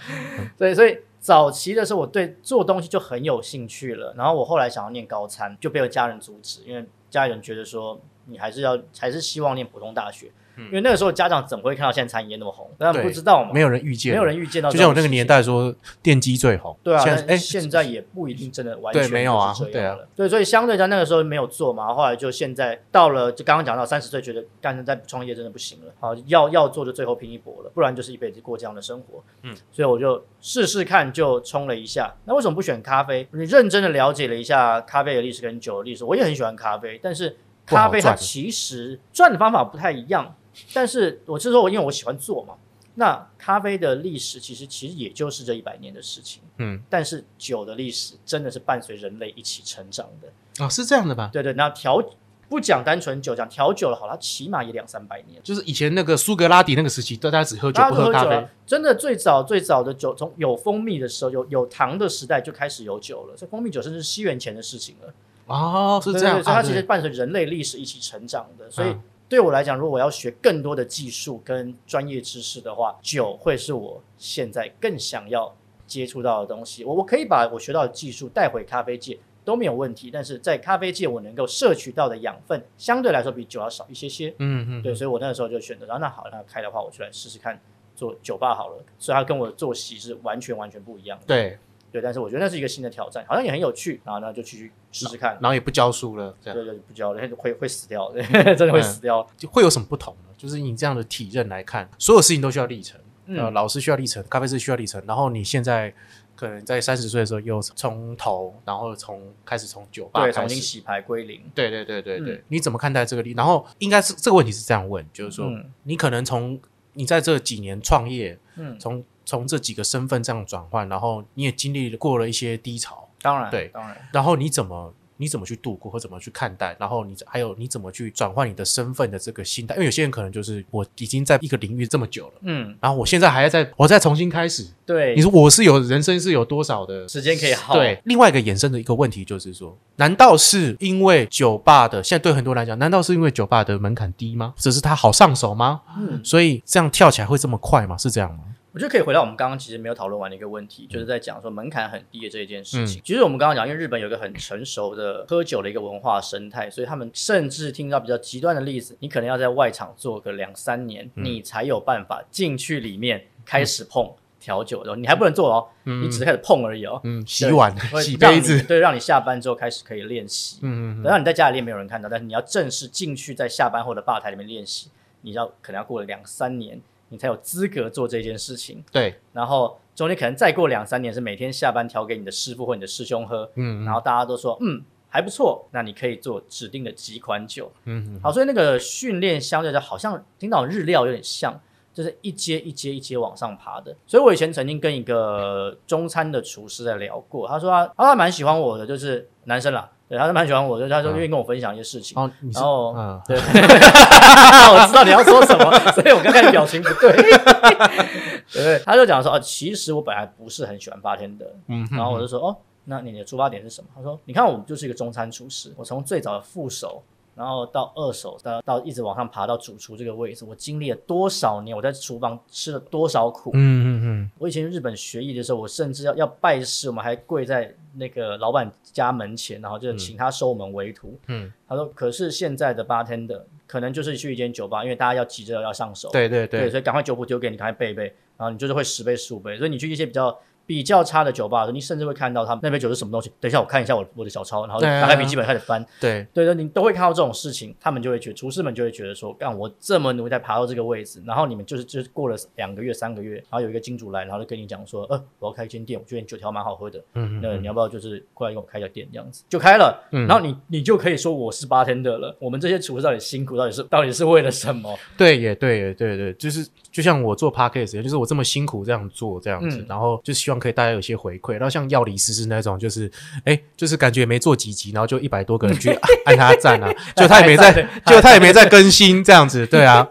Speaker 2: 对，所以早期的时候我对做东西就很有兴趣了，然后我后来想要念高餐，就被我家人阻止，因为家人觉得说你还是要还是希望念普通大学，
Speaker 1: 嗯
Speaker 2: 因为那个时候家长怎么会看到现在餐饮业那么红，但
Speaker 1: 对
Speaker 2: 不知道嘛，
Speaker 1: 没有人遇见，
Speaker 2: 没有人预见到，
Speaker 1: 就像我那个年。代说电机最红，
Speaker 2: 对啊，
Speaker 1: 现在
Speaker 2: 但
Speaker 1: 哎，
Speaker 2: 现在也不一定真的完
Speaker 1: 对
Speaker 2: 全
Speaker 1: 没有啊
Speaker 2: 就是这
Speaker 1: 对啊
Speaker 2: 样了，对，所以相对在那个时候没有做嘛，后来就现在到了，就刚刚讲到三十岁，觉得干在创业真的不行了，好要要做就最后拼一搏了，不然就是一辈子过这样的生活。
Speaker 1: 嗯，
Speaker 2: 所以我就试试看，就冲了一下。那为什么不选咖啡？你认真的了解了一下咖啡的历史跟酒的历史，我也很喜欢咖啡，但是
Speaker 1: 不好
Speaker 2: 咖啡它
Speaker 1: 赚
Speaker 2: 其实赚的方法不太一样，但是我是说，因为我喜欢做嘛。那咖啡的历史其实其实也就是这一百年的事情，
Speaker 1: 嗯，
Speaker 2: 但是酒的历史真的是伴随人类一起成长的。
Speaker 1: 哦，是这样的吧？
Speaker 2: 对对，那调不讲单纯酒，讲调酒了好了，它起码也两三百年。
Speaker 1: 就是以前那个苏格拉底那个时期，大家只喝酒
Speaker 2: 大家
Speaker 1: 不
Speaker 2: 都
Speaker 1: 喝
Speaker 2: 喝
Speaker 1: 咖
Speaker 2: 酒
Speaker 1: 啡
Speaker 2: 了，，真的最早最早的酒，从有蜂蜜的时候，有有糖的时代就开始有酒了，所以蜂蜜酒甚至是西元前的事情了。
Speaker 1: 哦，是
Speaker 2: 对
Speaker 1: 这样
Speaker 2: 对对所以
Speaker 1: 啊
Speaker 2: 它其实
Speaker 1: 对
Speaker 2: 伴随人类历史一起成长的。所以
Speaker 1: 嗯
Speaker 2: 对我来讲，如果我要学更多的技术跟专业知识的话，酒会是我现在更想要接触到的东西。我我可以把我学到的技术带回咖啡界都没有问题，但是在咖啡界我能够摄取到的养分相对来说比酒要少一些些。
Speaker 1: 嗯嗯，
Speaker 2: 对，所以我那个时候就选择，然后那好，那开的话，我就来试试看做酒吧好了。所以它跟我的作息是完全完全不一样的。
Speaker 1: 对，
Speaker 2: 对，但是我觉得那是一个新的挑战，好像也很有趣，然后呢就去试试看。
Speaker 1: 然后也不教书了，这样
Speaker 2: 对对，不教了，会会死掉，
Speaker 1: 嗯
Speaker 2: 对真的会死掉。
Speaker 1: 就会有什么不同呢？就是你这样的体认来看，所有事情都需要历程，呃，
Speaker 2: 嗯，
Speaker 1: 老师需要历程，咖啡师需要历程，然后你现在可能在三十岁的时候又从头，然后从开始从酒吧
Speaker 2: 对，
Speaker 1: 开
Speaker 2: 重新
Speaker 1: 始。
Speaker 2: 洗牌归零。
Speaker 1: 对对对对对，
Speaker 2: 嗯
Speaker 1: 你怎么看待这个例？然后应该是这个问题是这样问，就是说、
Speaker 2: 嗯
Speaker 1: 你可能从你在这几年创业，
Speaker 2: 嗯，
Speaker 1: 从从这几个身份这样转换，然后你也经历过了一些低潮，
Speaker 2: 当然，
Speaker 1: 对
Speaker 2: 当然，
Speaker 1: 然后你怎么你怎么去度过或怎么去看待，然后你还有你怎么去转换你的身份的这个心态，因为有些人可能就是我已经在一个领域这么久了，
Speaker 2: 嗯，
Speaker 1: 然后我现在还要再我再重新开始，
Speaker 2: 对
Speaker 1: 你，说我是有人生是有多少的
Speaker 2: 时间可以耗。
Speaker 1: 对，，另外一个衍生的一个问题就是说，难道是因为酒吧的现在对很多人来讲，难道是因为酒吧的门槛低吗？只是它好上手吗？
Speaker 2: 嗯，
Speaker 1: 所以这样跳起来会这么快吗？是这样吗？
Speaker 2: 我觉得可以回到我们刚刚其实没有讨论完的一个问题，就是在讲说门槛很低的这一件事
Speaker 1: 嗯
Speaker 2: 情。其实我们刚刚讲，因为日本有一个很成熟的喝酒的一个文化生态，所以他们甚至听到比较极端的例子，你可能要在外场做个两三年，
Speaker 1: 嗯
Speaker 2: 你才有办法进去里面开始碰调酒的，你还不能做哦，你只是开始碰而已哦，
Speaker 1: 嗯，洗碗、
Speaker 2: 会
Speaker 1: 洗
Speaker 2: 让
Speaker 1: 杯
Speaker 2: 你
Speaker 1: 子，
Speaker 2: 对，让你下班之后开始可以练习。
Speaker 1: 嗯嗯
Speaker 2: 然后你在家里练没有人看到，但是你要正式进去在下班后的吧台里面练习，你要可能要过了两三年，你才有资格做这件事情。
Speaker 1: 对，
Speaker 2: 然后中间可能再过两三年是每天下班调给你的师傅或你的师兄喝，
Speaker 1: 嗯
Speaker 2: 然后大家都说嗯还不错，那你可以做指定的几款酒。
Speaker 1: 嗯嗯，
Speaker 2: 好，所以那个训练相对的，好像听到日料有点像，就是一阶一阶一阶往上爬的。所以我以前曾经跟一个中餐的厨师在聊过，他说他他还蛮喜欢我的，就是男生啦，对，他是蛮喜欢我的，他说
Speaker 1: 嗯
Speaker 2: 愿意跟我分享一些事情。
Speaker 1: 哦，你是
Speaker 2: 然后，
Speaker 1: 嗯
Speaker 2: 对， 我知道你要说什么， 所以我刚才表情不对。 对对，他就讲说，啊，其实我本来不是很喜欢八天的，
Speaker 1: 嗯，
Speaker 2: 然后我就说，哦，那你的出发点是什么？他说，你看我就是一个中餐厨师，我从最早的副手，然后到二手，到到一直往上爬到主厨这个位置，我经历了多少年，我在厨房吃了多少苦。
Speaker 1: 嗯嗯
Speaker 2: 我以前日本学艺的时候，我甚至要要拜师，我们还跪在那个老板家门前，然后就请他收我们为徒。
Speaker 1: 嗯嗯，
Speaker 2: 他说：“可是现在的 bartender 可能就是去一间酒吧，因为大家要急着要上手，
Speaker 1: 对对对，
Speaker 2: 所以赶快酒谱丢给你，赶快背一背，然后你就是会十倍、十五倍。所以你去一些比较比较差的酒吧的时候，你甚至会看到他们那杯酒是什么东西。等一下我看一下我我的小抄，然后
Speaker 1: 对啊
Speaker 2: 打开笔记本开始翻。
Speaker 1: 对，
Speaker 2: 对对，你都会看到这种事情，他们就会觉得厨师们就会觉得说，干我这么努力才爬到这个位置，然后你们就是就是过了两个月、三个月，然后有一个金主来，然后就跟你讲说，呃，我要开一间店，我觉得你酒条蛮好喝的，
Speaker 1: 嗯嗯
Speaker 2: 那你要不要就是过来给我开个店这样子就开了，
Speaker 1: 嗯
Speaker 2: 然后你你就可以说我是 bartender 了。我们这些厨师到底辛苦，到底是到底是为了什么？
Speaker 1: 对也对也对对，就是就像我做 podcast，一样就是我这么辛苦这样做这样子，
Speaker 2: 嗯
Speaker 1: 然后就希望可以大家有一些回馈。然后像药理师是那种，就是哎，就是感觉也没做几集，然后就一百多个人 去按按他赞啊，就他也没在
Speaker 2: 还在，
Speaker 1: 就他也没在更新这样子，对啊。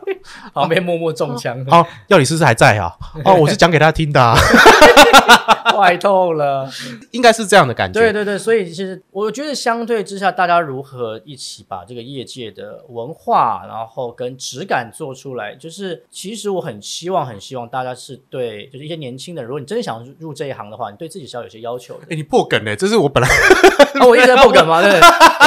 Speaker 2: 旁边默默中 枪，
Speaker 1: 哦，药理师是还在啊，哦，我是讲给他听的、啊，
Speaker 2: 坏透了。
Speaker 1: 应该是这样的感觉。
Speaker 2: 对对对，所以其实我觉得相对之下，大家如何一起把这个业界的文化，然后跟质感做出来，就是其实我很希望，很希望大家是对，就是一些年轻人，如果你真的想入入这一行的话，你对自己是要有些 要求的。
Speaker 1: 哎，你破梗嘞，这是我本来
Speaker 2: 啊，我一直在破梗吗？对，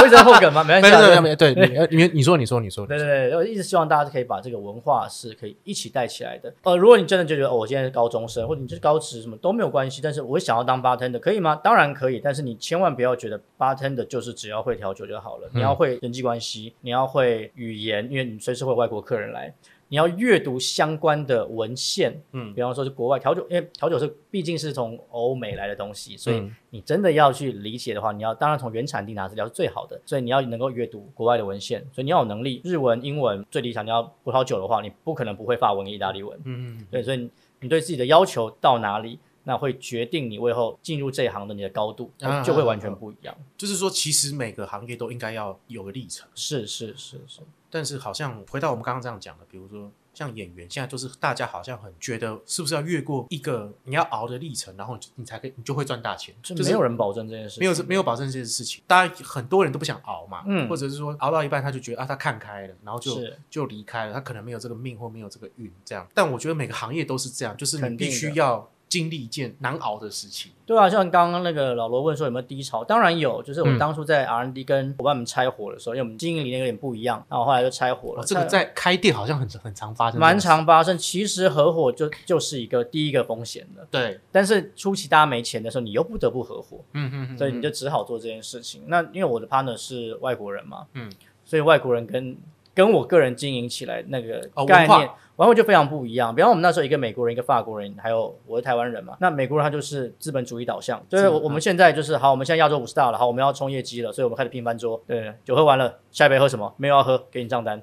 Speaker 2: 我一直在破梗 吗？没关
Speaker 1: 没
Speaker 2: 系啊，
Speaker 1: 有没有哎对，你呃你你说你说你说，
Speaker 2: 对对对，我呃一直希望大家可以把这个文化是可以一起带起来的。呃，如果你真的就觉得、哦、我现在是高中生，或者你就是高职什么都没有关系，但是我想要当 bartender 可以吗？当然可以，但是你千万不要觉得 bartender 就是只要会调酒就好了，你要会人际关系，你要会语言，因为你随时会有外国客人来。你要阅读相关的文献，
Speaker 1: 嗯
Speaker 2: 嗯，比方说是国外调酒，因为调酒是毕竟是从欧美来的东西，所以
Speaker 1: 嗯
Speaker 2: 你真的要去理解的话，你要当然从原产地拿资料是最好的，所以你要能够阅读国外的文献，所以你要有能力日文、英文最理想。你要葡萄酒的话，你不可能不会法文、意大利文，
Speaker 1: 嗯，
Speaker 2: 对，所以你你对自己的要求到哪里，那会决定你为后进入这一行的你的高度
Speaker 1: 啊
Speaker 2: 就会完全不一样。
Speaker 1: 就是说，其实每个行业都应该要有个历程，
Speaker 2: 是是是是，
Speaker 1: 但是好像回到我们刚刚这样讲的，比如说像演员，现在就是大家好像很觉得是不是要越过一个你要熬的历程，然后你就你才可以你就会赚大钱，
Speaker 2: 就
Speaker 1: 就是
Speaker 2: 没有人保证这件事情，
Speaker 1: 没有没有保证这件事情，当然很多人都不想熬嘛，
Speaker 2: 嗯
Speaker 1: 或者是说熬到一半他就觉得啊他看开了，然后就是就离开了，他可能没有这个命或没有这个运这样。但我觉得每个行业都是这样，就是你
Speaker 2: 肯
Speaker 1: 必
Speaker 2: 定的
Speaker 1: 须要经历一件难熬的事情。
Speaker 2: 对啊，像刚刚那个老罗问说有没有低潮，当然有，就是
Speaker 1: 嗯
Speaker 2: 我当初在 R&D 跟伙伴们拆伙的时候，因为我们经营理念有点不一样，然后后来就拆伙了。
Speaker 1: 哦，这个
Speaker 2: 拆
Speaker 1: 在开店好像很很常发生，
Speaker 2: 蛮。常发生，其实合伙就就是一个第一个风险的，
Speaker 1: 对，
Speaker 2: 但是初期大家没钱的时候，你又不得不合伙，
Speaker 1: 嗯嗯，
Speaker 2: 所以你就只好做这件事情。那因为我的 partner 是外国人嘛，
Speaker 1: 嗯，
Speaker 2: 所以外国人跟跟我个人经营起来那个
Speaker 1: 哦
Speaker 2: 概
Speaker 1: 文
Speaker 2: 念，完全就非常不一样。比方我们那时候一个美国人，一个法国人，还有我是台湾人嘛。那美国人他就是资本主义导向，就是我
Speaker 1: 嗯
Speaker 2: 我们现在就是好，我们现在亚洲五十大了，好，我们要冲业绩了，所以我们开始拼翻桌。对，酒喝完了，下一杯喝什么？没有要喝，给你账单。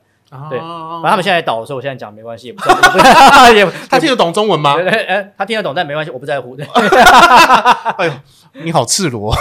Speaker 2: 对
Speaker 1: 哦
Speaker 2: 反正他们现在倒了，所以我现在讲没关系，也不 在乎 也不
Speaker 1: 他听得懂中文吗？
Speaker 2: 对对哎，他听得懂，但没关系，我不在乎。对，
Speaker 1: 哎你好赤裸，哦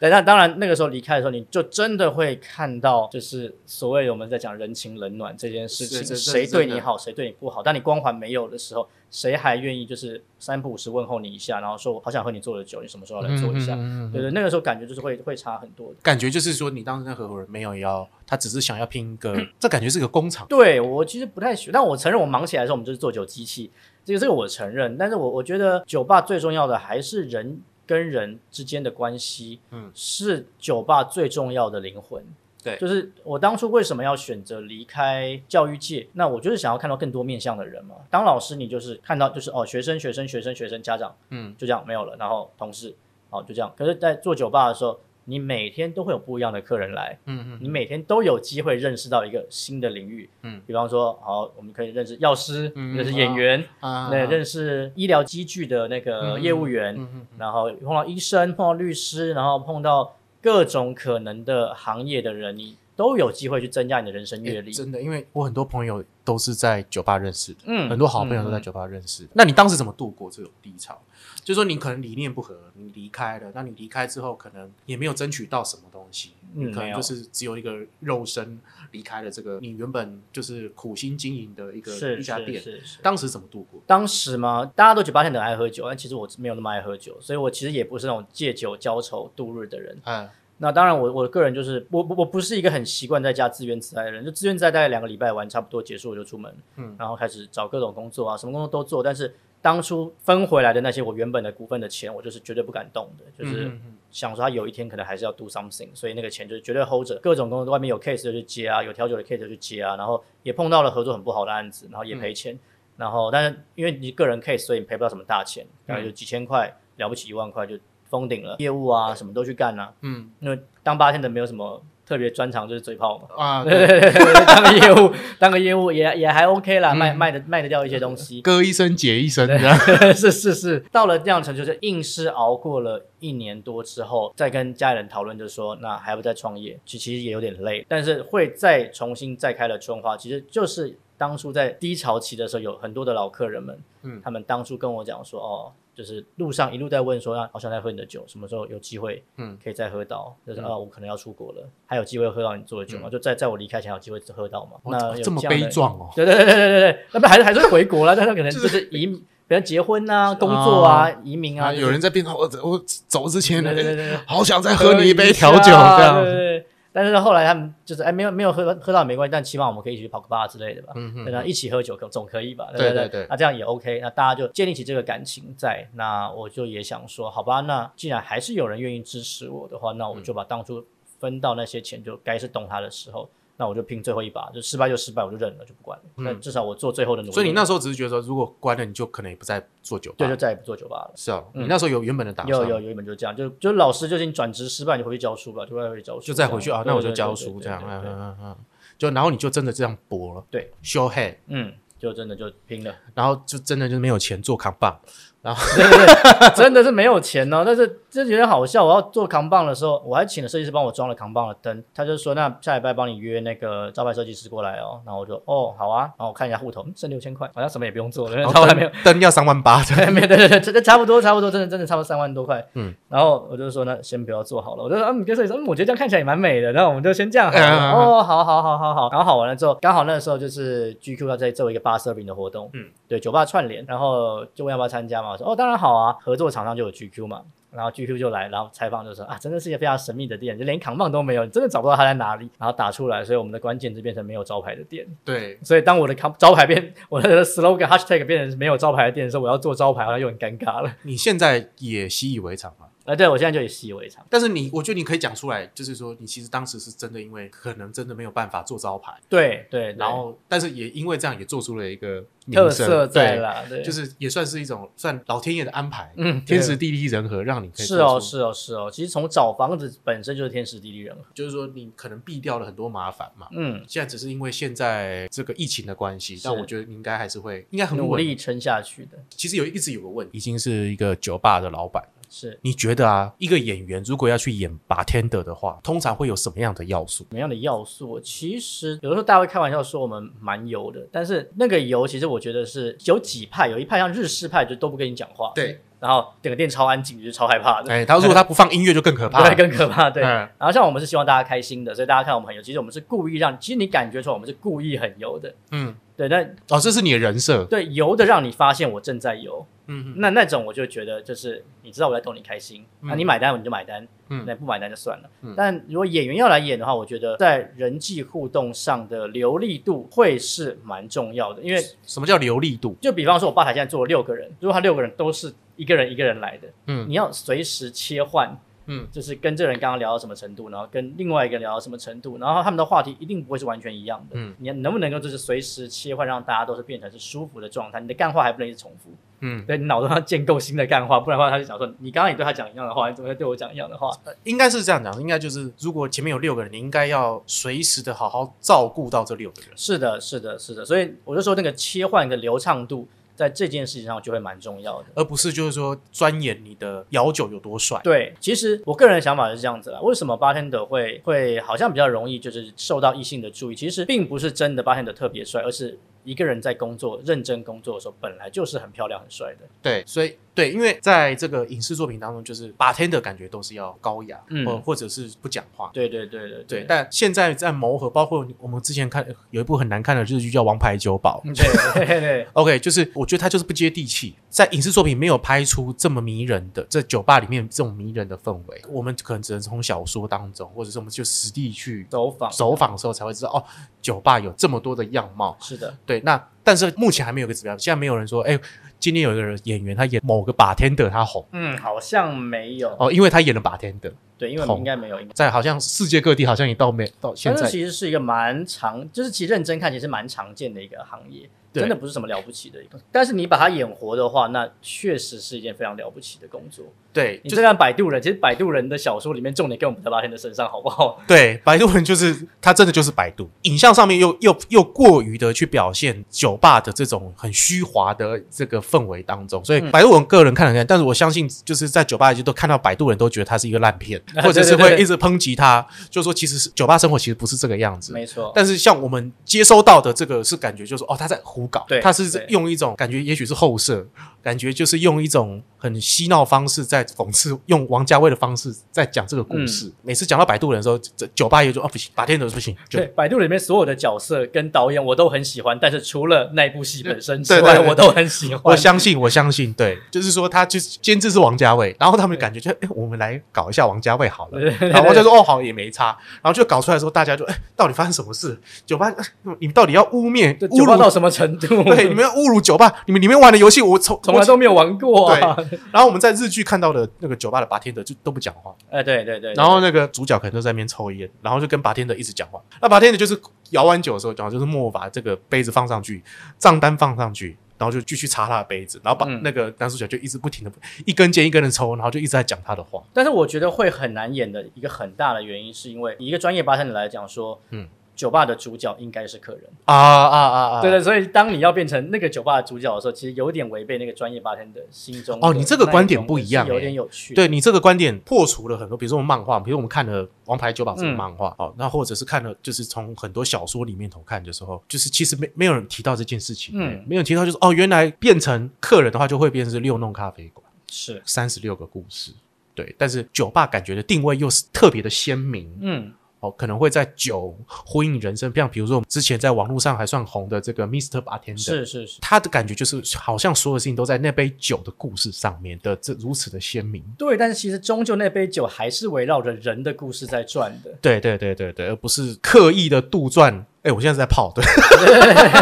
Speaker 2: 对那当然那个时候离开的时候，你就真的会看到，就是所谓我们在讲人情冷暖这件事
Speaker 1: 是这
Speaker 2: 情，
Speaker 1: 这是
Speaker 2: 谁对
Speaker 1: 真的
Speaker 2: 你好，谁对你不好。当你光环没有的时候，谁还愿意就是三不五时问候你一下，然后说我好想喝你做的酒，你什么时候来做一下？
Speaker 1: 嗯嗯嗯嗯
Speaker 2: 对对，那个时候感觉就是会会差很多的。
Speaker 1: 感觉就是说你当时那合伙人没有要，他只是想要拼一个，这感觉是个工厂。
Speaker 2: 对我其实不太喜欢，但我承认我忙起来的时候，我们就是做酒机器，这个这个我承认。但是我我觉得酒吧最重要的还是人跟人之间的关系，
Speaker 1: 嗯，
Speaker 2: 是酒吧最重要的灵魂。
Speaker 1: 对
Speaker 2: 就是我当初为什么要选择离开教育界？那我就是想要看到更多面向的人嘛。当老师，你就是看到就是哦，学生、学生、学生、学生、家长，
Speaker 1: 嗯，
Speaker 2: 就这样没有了。然后同事，哦，就这样。可是，在做酒吧的时候，你每天都会有不一样的客人来，
Speaker 1: 嗯
Speaker 2: 你每天都有机会认识到一个新的领域，
Speaker 1: 嗯，
Speaker 2: 比方说，好，我们可以认识药师，
Speaker 1: 嗯
Speaker 2: 认识演员，
Speaker 1: 嗯啊
Speaker 2: 对，认识医疗机具的那个
Speaker 1: 嗯
Speaker 2: 业务员，
Speaker 1: 嗯嗯
Speaker 2: 然后碰到医生，碰到律师，然后碰到各种可能的行业的人，你都有机会去增加你的人生阅历。
Speaker 1: 欸真的，因为我很多朋友都是在酒吧认识的，
Speaker 2: 嗯
Speaker 1: 很多好朋友都在酒吧认识的。那你当时怎么度过这种低潮？就是说你可能理念不合，你离开了，那你离开之后可能也没有争取到什么东西，
Speaker 2: 嗯
Speaker 1: 你可
Speaker 2: 没
Speaker 1: 能
Speaker 2: 有
Speaker 1: 就是只有一个肉身离开了这个你原本就是苦心经营的一个
Speaker 2: 是
Speaker 1: 一家
Speaker 2: 是
Speaker 1: 店。
Speaker 2: 是是。
Speaker 1: 当时怎么度过？
Speaker 2: 当时嘛，大家都酒吧店很爱喝酒，但其实我没有那么爱喝酒，所以我其实也不是那种借酒浇愁度日的人。
Speaker 1: 嗯，
Speaker 2: 那当然我，我个人就是我我我不是一个很习惯在家自怨自艾的人，就自怨自艾大概两个礼拜完差不多结束我就出门，
Speaker 1: 嗯
Speaker 2: 嗯，然后开始找各种工作啊，什么工作都做，但是当初分回来的那些我原本的股份的钱，我就是绝对不敢动的，就是
Speaker 1: 嗯嗯
Speaker 2: 想说他有一天可能还是要 do something，所以那个钱就是绝对 hold 着，各种工作外面有 case 就去接啊，有调酒的 case 就去接啊，然后也碰到了合作很不好的案子，然后也赔钱，然后但是因为你个人 case，所以你赔不到什么大钱，然后就几千块，了不起一万块就封顶了，业务啊什么都去干啊。
Speaker 1: 嗯
Speaker 2: 因为当八天的没有什么特别专长，就是嘴 炮嘛。
Speaker 1: 嗯 啊，对
Speaker 2: 当个业务，当个业务也也还 OK 啦，
Speaker 1: 嗯
Speaker 2: 卖卖的卖得掉一些东西。
Speaker 1: 歌一声解一声，这样
Speaker 2: 是是是，到了这样程度，就是硬是熬过了一年多之后，再跟家里人讨论，就是说那还不再创业，其其实也有点累，但是会再重新再开了春花，其实就是当初在低潮期的时候，有很多的老客人们，
Speaker 1: 嗯
Speaker 2: 他们当初跟我讲说，哦。就是路上一路在问说，啊，好想再喝你的酒，什么时候有机会
Speaker 1: 嗯
Speaker 2: 可以再喝到，就是
Speaker 1: 嗯
Speaker 2: 啊，我可能要出国了，还有机会喝到你做的酒吗？就在在我离开前有机会喝到嘛？
Speaker 1: 哇
Speaker 2: 那有
Speaker 1: 这么
Speaker 2: 样
Speaker 1: 悲
Speaker 2: 的，
Speaker 1: 壮哦。
Speaker 2: 对对对对对对对，那不还是还是会回国了，但他可能 就是移，比如结婚啊、工作啊、移民啊，
Speaker 1: 啊，有人在边上，我我走之前
Speaker 2: 对对对对对，
Speaker 1: 好想再 喝你一杯啊调酒，
Speaker 2: 下
Speaker 1: 这样
Speaker 2: 对对对但是后来他们就是哎，没有没有喝喝到也没关系，但起码我们可以一起去跑个吧之类的吧。
Speaker 1: 嗯嗯
Speaker 2: 对那一起喝酒可总可以吧？
Speaker 1: 对对
Speaker 2: 对
Speaker 1: 对
Speaker 2: 那这样也 OK，那大家就建立起这个感情在。那我就也想说，好吧，那既然还是有人愿意支持我的话，那
Speaker 1: 嗯
Speaker 2: 我就把当初分到那些钱，就该是动他的时候，那我就拼最后一把，就失败就失败，我就认了，就不管了。
Speaker 1: 嗯
Speaker 2: 那、至少我做最后的努力。
Speaker 1: 所以你那时候只是觉得说，如果关了，你就可能也不再做酒吧。
Speaker 2: 对就再也不做酒吧了。
Speaker 1: 是哦，
Speaker 2: 嗯
Speaker 1: 你那时候有原本的打算，
Speaker 2: 有有有一本就这样，就就老师就是你转职失败，你回去教书吧，就再回去教书，
Speaker 1: 就再回去
Speaker 2: 这
Speaker 1: 啊
Speaker 2: 样，
Speaker 1: 那我就
Speaker 2: 对对对
Speaker 1: 教
Speaker 2: 对
Speaker 1: 书
Speaker 2: 对
Speaker 1: 这样，
Speaker 2: 对对
Speaker 1: 嗯
Speaker 2: 对
Speaker 1: 嗯嗯嗯，就然后你就真的这样搏了，
Speaker 2: 对
Speaker 1: ，show head，
Speaker 2: 嗯，就真的就拼了。
Speaker 1: 然后就真的就没有钱做扛棒，然
Speaker 2: 后对对对，真的是没有钱哦。但是这有点好笑。我要做扛棒的时候，我还请了设计师帮我装了扛棒的灯。他就说，那下礼拜帮你约那个招牌设计师过来哦。然后我就哦好啊，然后我看一下户头，嗯剩六千块，好像什么也不用做了，因为
Speaker 1: 后
Speaker 2: 招牌没有
Speaker 1: 灯灯要三万八这样，
Speaker 2: 对，没有，对对对，这这差不多，差不多，真的真的差不多三万多块。
Speaker 1: 嗯
Speaker 2: 嗯，然后我就说那先不要做好了，我就说嗯，跟设计师，嗯，我觉得这样看起来也蛮美的，那我们就先这样好了。
Speaker 1: 嗯嗯嗯
Speaker 2: 哦，好好好好好，然后好完了之后，刚好那个时候就是 GQ 要在做一个 bar serving 的活动，
Speaker 1: 嗯
Speaker 2: 嗯，对，酒吧串联，然后就问要不要参加嘛，我说哦，当然好啊，合作厂商就有 GQ 嘛。然后 GQ 就来，然后采访就说啊，真的是一个非常神秘的店，就连扛棒都没有，你真的找不到它在哪里。然后打出来，所以我们的关键字变成没有招牌的店。
Speaker 1: 对，
Speaker 2: 所以当我的扛招牌变 我的 slogan hashtag 变成没有招牌的店的时候，我要做招牌好像又很尴尬了。
Speaker 1: 你现在也习以为常嘛。
Speaker 2: 啊，对我现在就也习以为常。
Speaker 1: 但是你，我觉得你可以讲出来，就是说你其实当时是真的，因为可能真的没有办法做招牌，
Speaker 2: 对对，对
Speaker 1: 然后但是也因为这样也做出了一个名
Speaker 2: 特
Speaker 1: 声
Speaker 2: 色在
Speaker 1: 对
Speaker 2: 啦，对，
Speaker 1: 就是也算是一种算老天爷的安排，
Speaker 2: 嗯，
Speaker 1: 天
Speaker 2: 对
Speaker 1: 时地利人和，让你可以
Speaker 2: 是
Speaker 1: 做
Speaker 2: 哦
Speaker 1: 出
Speaker 2: 是哦是哦，其实从找房子本身就是天时地利人和。
Speaker 1: 就是说你可能避掉了很多麻烦嘛。
Speaker 2: 嗯，
Speaker 1: 现在只是因为现在这个疫情的关系，
Speaker 2: 是
Speaker 1: 但我觉得你应该还是会，应该很
Speaker 2: 努
Speaker 1: 稳。
Speaker 2: 力撑下去的
Speaker 1: 其实有一直有个问题，已经是一个酒吧的老板，
Speaker 2: 是
Speaker 1: 你觉得啊，一个演员如果要去演 bartender 的话，通常会有什么样的要素？
Speaker 2: 什么样的要素？其实有的时候大家会开玩笑说我们蛮油的，但是那个油其实我觉得是有几派，有一派像日式派就都不跟你讲话，，
Speaker 1: 对，
Speaker 2: 然后整个店超安静，你就超害怕的，
Speaker 1: 哎，他如果他不放音乐就更可怕了。
Speaker 2: 对，更可怕，对。
Speaker 1: 嗯
Speaker 2: 然后像我们是希望大家开心的，所以大家看我们很油，其实我们是故意让，其实你感觉出来我们是故意很油的，
Speaker 1: 嗯，
Speaker 2: 对，但
Speaker 1: 哦，这是你的人设。
Speaker 2: 对油的让你发现我正在油，
Speaker 1: 嗯，
Speaker 2: 那那种我就觉得就是你知道我在逗你开心，
Speaker 1: 嗯
Speaker 2: 那、你买单你就买单，
Speaker 1: 嗯
Speaker 2: 那不买单就算了。
Speaker 1: 嗯
Speaker 2: 但如果演员要来演的话，我觉得在人际互动上的流利度会是蛮重要的，因为
Speaker 1: 什么叫流利度？
Speaker 2: 就比方说我吧台现在坐了六个人，如果他六个人都是一个人一个人来的，
Speaker 1: 嗯
Speaker 2: 你要随时切换，
Speaker 1: 嗯，
Speaker 2: 就是跟这个人刚刚聊到什么程度，然后跟另外一个聊到什么程度，然后他们的话题一定不会是完全一样的。
Speaker 1: 嗯，
Speaker 2: 你能不能够就是随时切换，让大家都是变成是舒服的状态？你的干话还不能一直重复，
Speaker 1: 嗯，
Speaker 2: 对你脑中要建构新的干话，不然的话他就想说，你刚刚也对他讲一样的话，你怎么会对我讲一样的话？
Speaker 1: 呃应该是这样讲，应该就是如果前面有六个人，你应该要随时的好好照顾到这六个人。
Speaker 2: 是的，是的，是的，所以我就说那个切换的流畅度在这件事情上就会蛮重要的。
Speaker 1: 而不是就是说钻研你的摇酒有多帅。
Speaker 2: 对，其实我个人的想法是这样子啦。为什么 bartender 会会好像比较容易就是受到异性的注意？其实并不是真的 bartender 特别帅，而是一个人在工作、认真工作的时候，本来就是很漂亮、很帅的。
Speaker 1: 对，所以对，因为在这个影视作品当中，就是 bartender 感觉都是要高雅，
Speaker 2: 嗯
Speaker 1: 或或者是不讲话。
Speaker 2: 对对对对
Speaker 1: 对，但现在在磨合，包括我们之前看有一部很难看的日剧叫《王牌酒保》。
Speaker 2: 对 对对对
Speaker 1: OK，就是我觉得他就是不接地气，在影视作品没有拍出这么迷人的，在酒吧里面这种迷人的氛围，我们可能只能从小说当中，或者是我们就实地去
Speaker 2: 走访
Speaker 1: 走访的时候才会知道，哦，酒吧有这么多的样貌。
Speaker 2: 是的，
Speaker 1: 对，那但是目前还没有一个指标，现在没有人说，哎、今天有一个人演员他演某个 bartender 他红
Speaker 2: 嗯，好像没有，
Speaker 1: 哦，因为他演了 bartender，
Speaker 2: 对，因为我
Speaker 1: 好
Speaker 2: 们应该没有，应该。
Speaker 1: 在好像世界各地好像也到没到现
Speaker 2: 但
Speaker 1: 在
Speaker 2: 是，其实是一个蛮常，就是其实认真看，其实蛮常见的一个行业，
Speaker 1: 对
Speaker 2: 真的不是什么了不起的一个。但是你把它演活的话，那确实是一件非常了不起的工作。
Speaker 1: 对，
Speaker 2: 你
Speaker 1: 就
Speaker 2: 这样摆渡人，其实摆渡人的小说里面重点跟我们的八天的身上，好不 好？
Speaker 1: 对，摆渡人就是他真的就是摆渡，影像上面又又又过于的去表现酒吧的这种很虚华的这个氛围当中，
Speaker 2: 嗯
Speaker 1: 所以摆渡人个人看了看，但是我相信就是在酒吧里就都看到摆渡人都觉得他是一个烂片，
Speaker 2: 啊
Speaker 1: 或者是
Speaker 2: 对对
Speaker 1: 会
Speaker 2: 对
Speaker 1: 一直抨击他，就说其实是酒吧生活其实不是这个样子，
Speaker 2: 没错，
Speaker 1: 但是像我们接收到的这个是感觉就是哦，他在胡搞，
Speaker 2: 对
Speaker 1: 他是
Speaker 2: 对
Speaker 1: 用一种感觉，也许是后设，感觉就是用一种很嬉闹方式在讽刺，用王家卫的方式在讲这个故事。
Speaker 2: 嗯
Speaker 1: 每次讲到摆渡人的时候，这酒吧也就哦不行，把天的不行，就
Speaker 2: 对摆渡里面所有的角色跟导演我都很喜欢，但是除了那部戏本身之
Speaker 1: 对
Speaker 2: 外，
Speaker 1: 对对对
Speaker 2: 我都很 喜
Speaker 1: 我
Speaker 2: 欢。
Speaker 1: 相信，我相信，对，就是说他就是监制是王家卫，然后他们就感觉就哎、我们来搞一下王家卫好了，
Speaker 2: 对对对
Speaker 1: 然后王家卫说哦好也没差，然后就搞出来的时候，大家就哎、到底发生什么事？酒吧、哎你们到底要污蔑
Speaker 2: 这
Speaker 1: 侮
Speaker 2: 酒吧到
Speaker 1: 辱？
Speaker 2: 什么程度？
Speaker 1: 对，你们要侮辱酒吧，你们里面玩的游戏，我从
Speaker 2: 从来都没有玩过、啊。
Speaker 1: 然后我们在日剧看到的那个酒吧的 bartender 就都不讲话，
Speaker 2: 哎，对对对对
Speaker 1: 然后那个主角可能都在那边抽烟，然后就跟 bartender 一直讲话。那 bartender 就是摇完酒的时候，然后就是默默把这个杯子放上去，账单放上去，然后就继续擦他的杯子，然后把
Speaker 2: 嗯
Speaker 1: 那个男主角就一直不停的一根接一根的抽，然后就一直在讲他的话。
Speaker 2: 但是我觉得会很难演的一个很大的原因，是因为以一个专业巴山的来讲说，
Speaker 1: 嗯
Speaker 2: 嗯，酒吧的主角应该是客人。
Speaker 1: 啊啊啊啊！
Speaker 2: 对对，所以当你要变成那个酒吧的主角的时候，其实有点违背那个专业八天的心中的
Speaker 1: 哦你这个观点
Speaker 2: 那一种
Speaker 1: 不一样
Speaker 2: 是有
Speaker 1: 欸
Speaker 2: 点有趣。
Speaker 1: 对你这个观点破除了很多，比如说我们漫画，比如我们看了《王牌九把》
Speaker 2: 嗯
Speaker 1: 这个漫画，哦，那或者是看了，就是从很多小说里面头看的时候，就是其实没没有人提到这件事情，
Speaker 2: 嗯
Speaker 1: 嗯，没有人提到就是哦，原来变成客人的话就会变成是六弄咖啡馆，
Speaker 2: 是，
Speaker 1: 三十六个故事，对，但是酒吧感觉的定位又是特别的鲜明，
Speaker 2: 嗯，
Speaker 1: 哦，可能会在酒呼应人生，像比如说我们之前在网络上还算红的这个 Mr. Bartender，
Speaker 2: 是是是，
Speaker 1: 他的感觉就是好像所有事情都在那杯酒的故事上面的这如此的鲜明。
Speaker 2: 对。但是其实终究那杯酒还是围绕着人的故事在转的。
Speaker 1: 对对对对对，而不是刻意的杜撰。哎、我现在是在泡，对，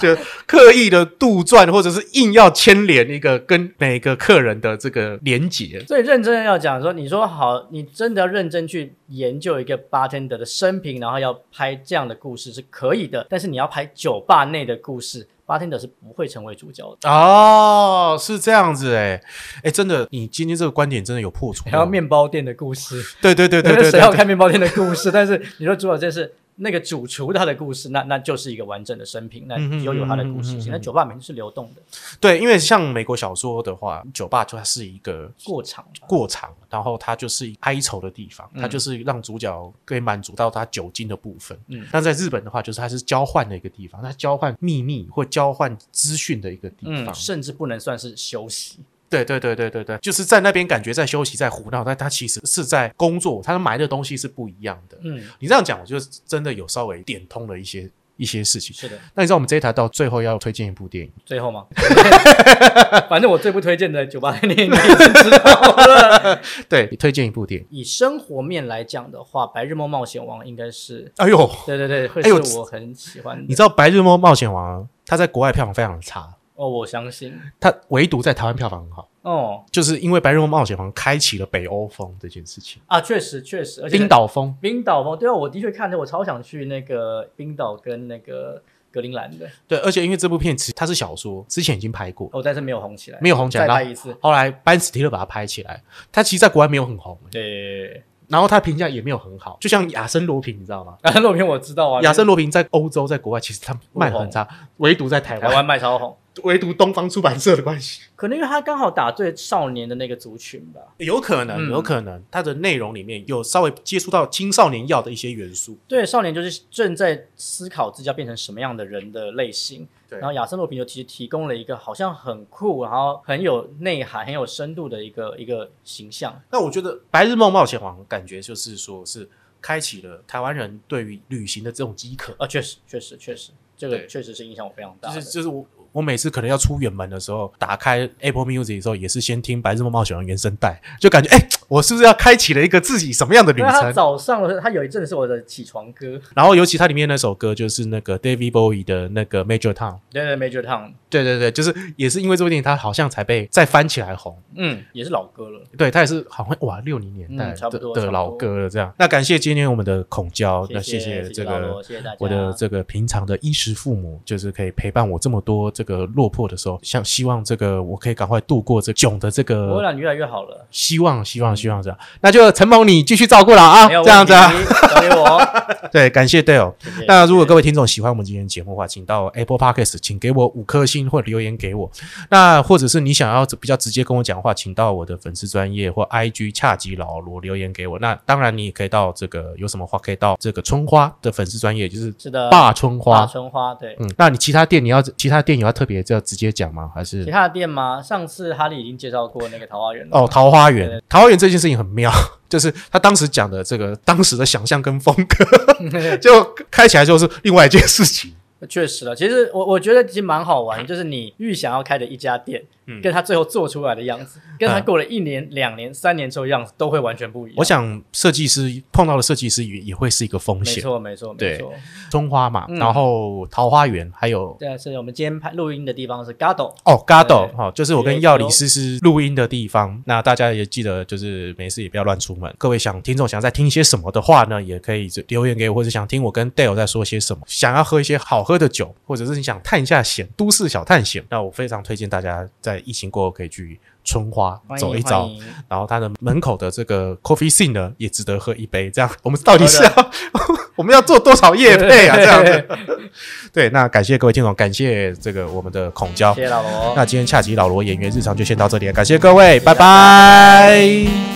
Speaker 1: 就刻意的杜撰，或者是硬要牵连一个跟每个客人的这个连结。
Speaker 2: 所以认真地要讲说，你说好，你真的要认真去研究一个 bartender 的生平，然后要拍这样的故事是可以的，但是你要拍酒吧内的故事，bartender 是不会成为主角的。
Speaker 1: 哦，是这样子哎、哎、真的，你今天这个观点真的有破除。
Speaker 2: 还有面包店的故事，
Speaker 1: 对对嗯 对对
Speaker 2: 可是
Speaker 1: 对
Speaker 2: 谁要
Speaker 1: 对，
Speaker 2: 看面包店的故事？但是你说主角这是那个主厨他的故事，那那就是一个完整的生平，那
Speaker 1: 嗯哼
Speaker 2: 就有他的故事性。
Speaker 1: 嗯哼
Speaker 2: 那酒吧每天是流动的
Speaker 1: 对，因为像美国小说的话，酒吧就它是一个
Speaker 2: 过场吧，
Speaker 1: 过场，然后它就是哀愁的地方，它就是让主角可以满足到他酒精的部分。
Speaker 2: 嗯
Speaker 1: 嗯，那在日本的话，就是它是交换的一个地方，它交换秘密或交换资讯的一个地
Speaker 2: 嗯，
Speaker 1: 方。
Speaker 2: 甚至不能算是休息。
Speaker 1: 对对对对对对，就是在那边感觉在休息在胡闹，但他其实是在工作，他埋的东西是不一样的。
Speaker 2: 嗯，
Speaker 1: 你这样讲，我就真的有稍微点通了一些一些事情。
Speaker 2: 是的。
Speaker 1: 那你知道我们这一台到最后要推荐一部电影，
Speaker 2: 最后 吗？反正我最不推荐的酒吧店，你已经知道了。
Speaker 1: 对，推荐一部电影。
Speaker 2: 以生活面来讲的话，《白日梦冒险王》应该是，
Speaker 1: 哎呦，
Speaker 2: 对对对，会
Speaker 1: 哎呦
Speaker 2: 是我很喜欢的。
Speaker 1: 你知道《白日梦冒险王》它在国外票房非常差，
Speaker 2: 哦，我相信。
Speaker 1: 它唯独在台湾票房很好。
Speaker 2: 哦
Speaker 1: 就是因为《白日梦冒险王》开启了北欧风这件事情，
Speaker 2: 啊，确实确实，而且
Speaker 1: 冰岛风。
Speaker 2: 冰岛吗？对啊，我的确看着，我超想去那个冰岛跟那个格陵兰的，
Speaker 1: 对，而且因为这部片其实它是小说，之前已经拍过，
Speaker 2: 哦，但是没有红起来，
Speaker 1: 没有红起来。
Speaker 2: 再拍
Speaker 1: 然后
Speaker 2: 一次。
Speaker 1: 后来班斯提勒把它拍起来，它其实在国外没有很红，
Speaker 2: 对，
Speaker 1: 然后它评价也没有很好。就像亚森罗平，你知道吗？
Speaker 2: 啊，那片我知道啊，
Speaker 1: 亚森罗平在欧洲，在国外其实它卖得很差，唯独在台
Speaker 2: 台
Speaker 1: 湾，
Speaker 2: 湾卖超红，
Speaker 1: 唯独东方出版社的关系，
Speaker 2: 可能因为他刚好打对少年的那个族群吧。
Speaker 1: 有可
Speaker 2: 嗯
Speaker 1: 能，有可能它的内容里面有稍微接触到青少年要的一些元素。
Speaker 2: 对，少年就是正在思考自己要变成什么样的人的类型。
Speaker 1: 对
Speaker 2: 然后亚森罗平就其实提供了一个好像很酷，然后很有内涵、很有深度的一个一个形象。
Speaker 1: 那我觉得《白日梦冒险王》感觉就是说是开启了台湾人对于旅行的这种饥渴，
Speaker 2: 啊，确实，确实，确实，这个
Speaker 1: 对
Speaker 2: 确实是影响我非常大
Speaker 1: 就
Speaker 2: 的。
Speaker 1: 是就是我我每次可能要出远门的时候，打开 Apple Music 的时候，也是先听《白日梦冒险王》原声带，就感觉哎、我是不是要开启了一个自己什么样的旅
Speaker 2: 因为他
Speaker 1: 程？
Speaker 2: 早上的时候，他有一阵是我的起床歌，
Speaker 1: 然后尤其它里面那首歌就是那个 David Bowie 的那个 Major Tom。
Speaker 2: 对对，Major Tom，
Speaker 1: 对对对，就是也是因为这部电影，它好像才被再翻起来红。
Speaker 2: 嗯，也是老歌了。
Speaker 1: 对，它也是好像哇六零年代
Speaker 2: 嗯差
Speaker 1: 的、
Speaker 2: 不多差
Speaker 1: 的
Speaker 2: 不
Speaker 1: 老
Speaker 2: 多
Speaker 1: 歌了这样。那感谢今天我们的孔娇，那
Speaker 2: 谢
Speaker 1: 谢
Speaker 2: 谢
Speaker 1: 这
Speaker 2: 老
Speaker 1: 个
Speaker 2: 罗谢谢大家。
Speaker 1: 我的这个平常的衣食父母，就是可以陪伴我这么多这个落魄的时候，像希望这个我可以赶快度过这囧的这
Speaker 2: 不会
Speaker 1: 个
Speaker 2: 啦你越来越好了，
Speaker 1: 希望，希望，希望这样。那就陈鹏你继续照顾了啊，
Speaker 2: 没有
Speaker 1: 这样子啊。
Speaker 2: 问题交给我。
Speaker 1: 对，感谢 Dale。
Speaker 2: 谢谢
Speaker 1: 那如果各位听众喜欢我们今天的节目的话，请到 Apple Podcast，请给我五颗星或留言给我。那或者是你想要比较直接跟我讲话，请到我的粉丝专业或 IG 恰吉老罗留言给我。那当然，你也可以到这个有什么话，可以到这个春花的粉丝专业，就是
Speaker 2: 是的，
Speaker 1: 霸春花。
Speaker 2: 大春花，对。
Speaker 1: 嗯，那你其他店你要其他店有要特别要直接讲吗？还是
Speaker 2: 其他的店吗？上次哈利已经介绍过那个桃花源了。
Speaker 1: 哦，桃花
Speaker 2: 对
Speaker 1: 源，桃花源这件事情很妙， 就是他当时讲的这个当时的想象跟风 格，就开起来就是另外一件事情。
Speaker 2: 确实了，其实我我觉得其实蛮好玩，就是你预想要开的一家店，
Speaker 1: 嗯
Speaker 2: 跟他最后做出来的样子，跟他
Speaker 1: 嗯
Speaker 2: 过了一年、两年、三年之后的样子，都会完全不一样。
Speaker 1: 我想设计师碰到的设计师也也会是一个风
Speaker 2: 没
Speaker 1: 险，
Speaker 2: 错，没错，没
Speaker 1: 对
Speaker 2: 错。
Speaker 1: 中花嘛，
Speaker 2: 嗯
Speaker 1: 然后桃花源，还有
Speaker 2: 对啊，所以我们今天拍录音的地方是 Gado，
Speaker 1: 哦 g a d o
Speaker 2: 对
Speaker 1: 哈、哦，就是我跟药理师是录音的地方。那大家也记得，就是没事也不要乱出门。各位想听众想再听一些什么的话呢，也可以就留言给我，或者想听我跟 Dale 在说些什么，想要喝一些好喝的酒，或者是你想探一下险，都市小探险，那我非常推荐大家在疫情过后可以去春花
Speaker 2: 欢迎
Speaker 1: 走一遭
Speaker 2: 欢。迎
Speaker 1: 然后它的门口的这个 coffee scene 呢，也值得喝一杯。这样，我们到底是要 我们要做多少业配啊？这样 子。对，那感谢各位听众，感谢这个我们的孔教
Speaker 2: 谢。谢老罗。
Speaker 1: 那今天恰吉老罗演员日常就先到这里了，感谢各位，拜拜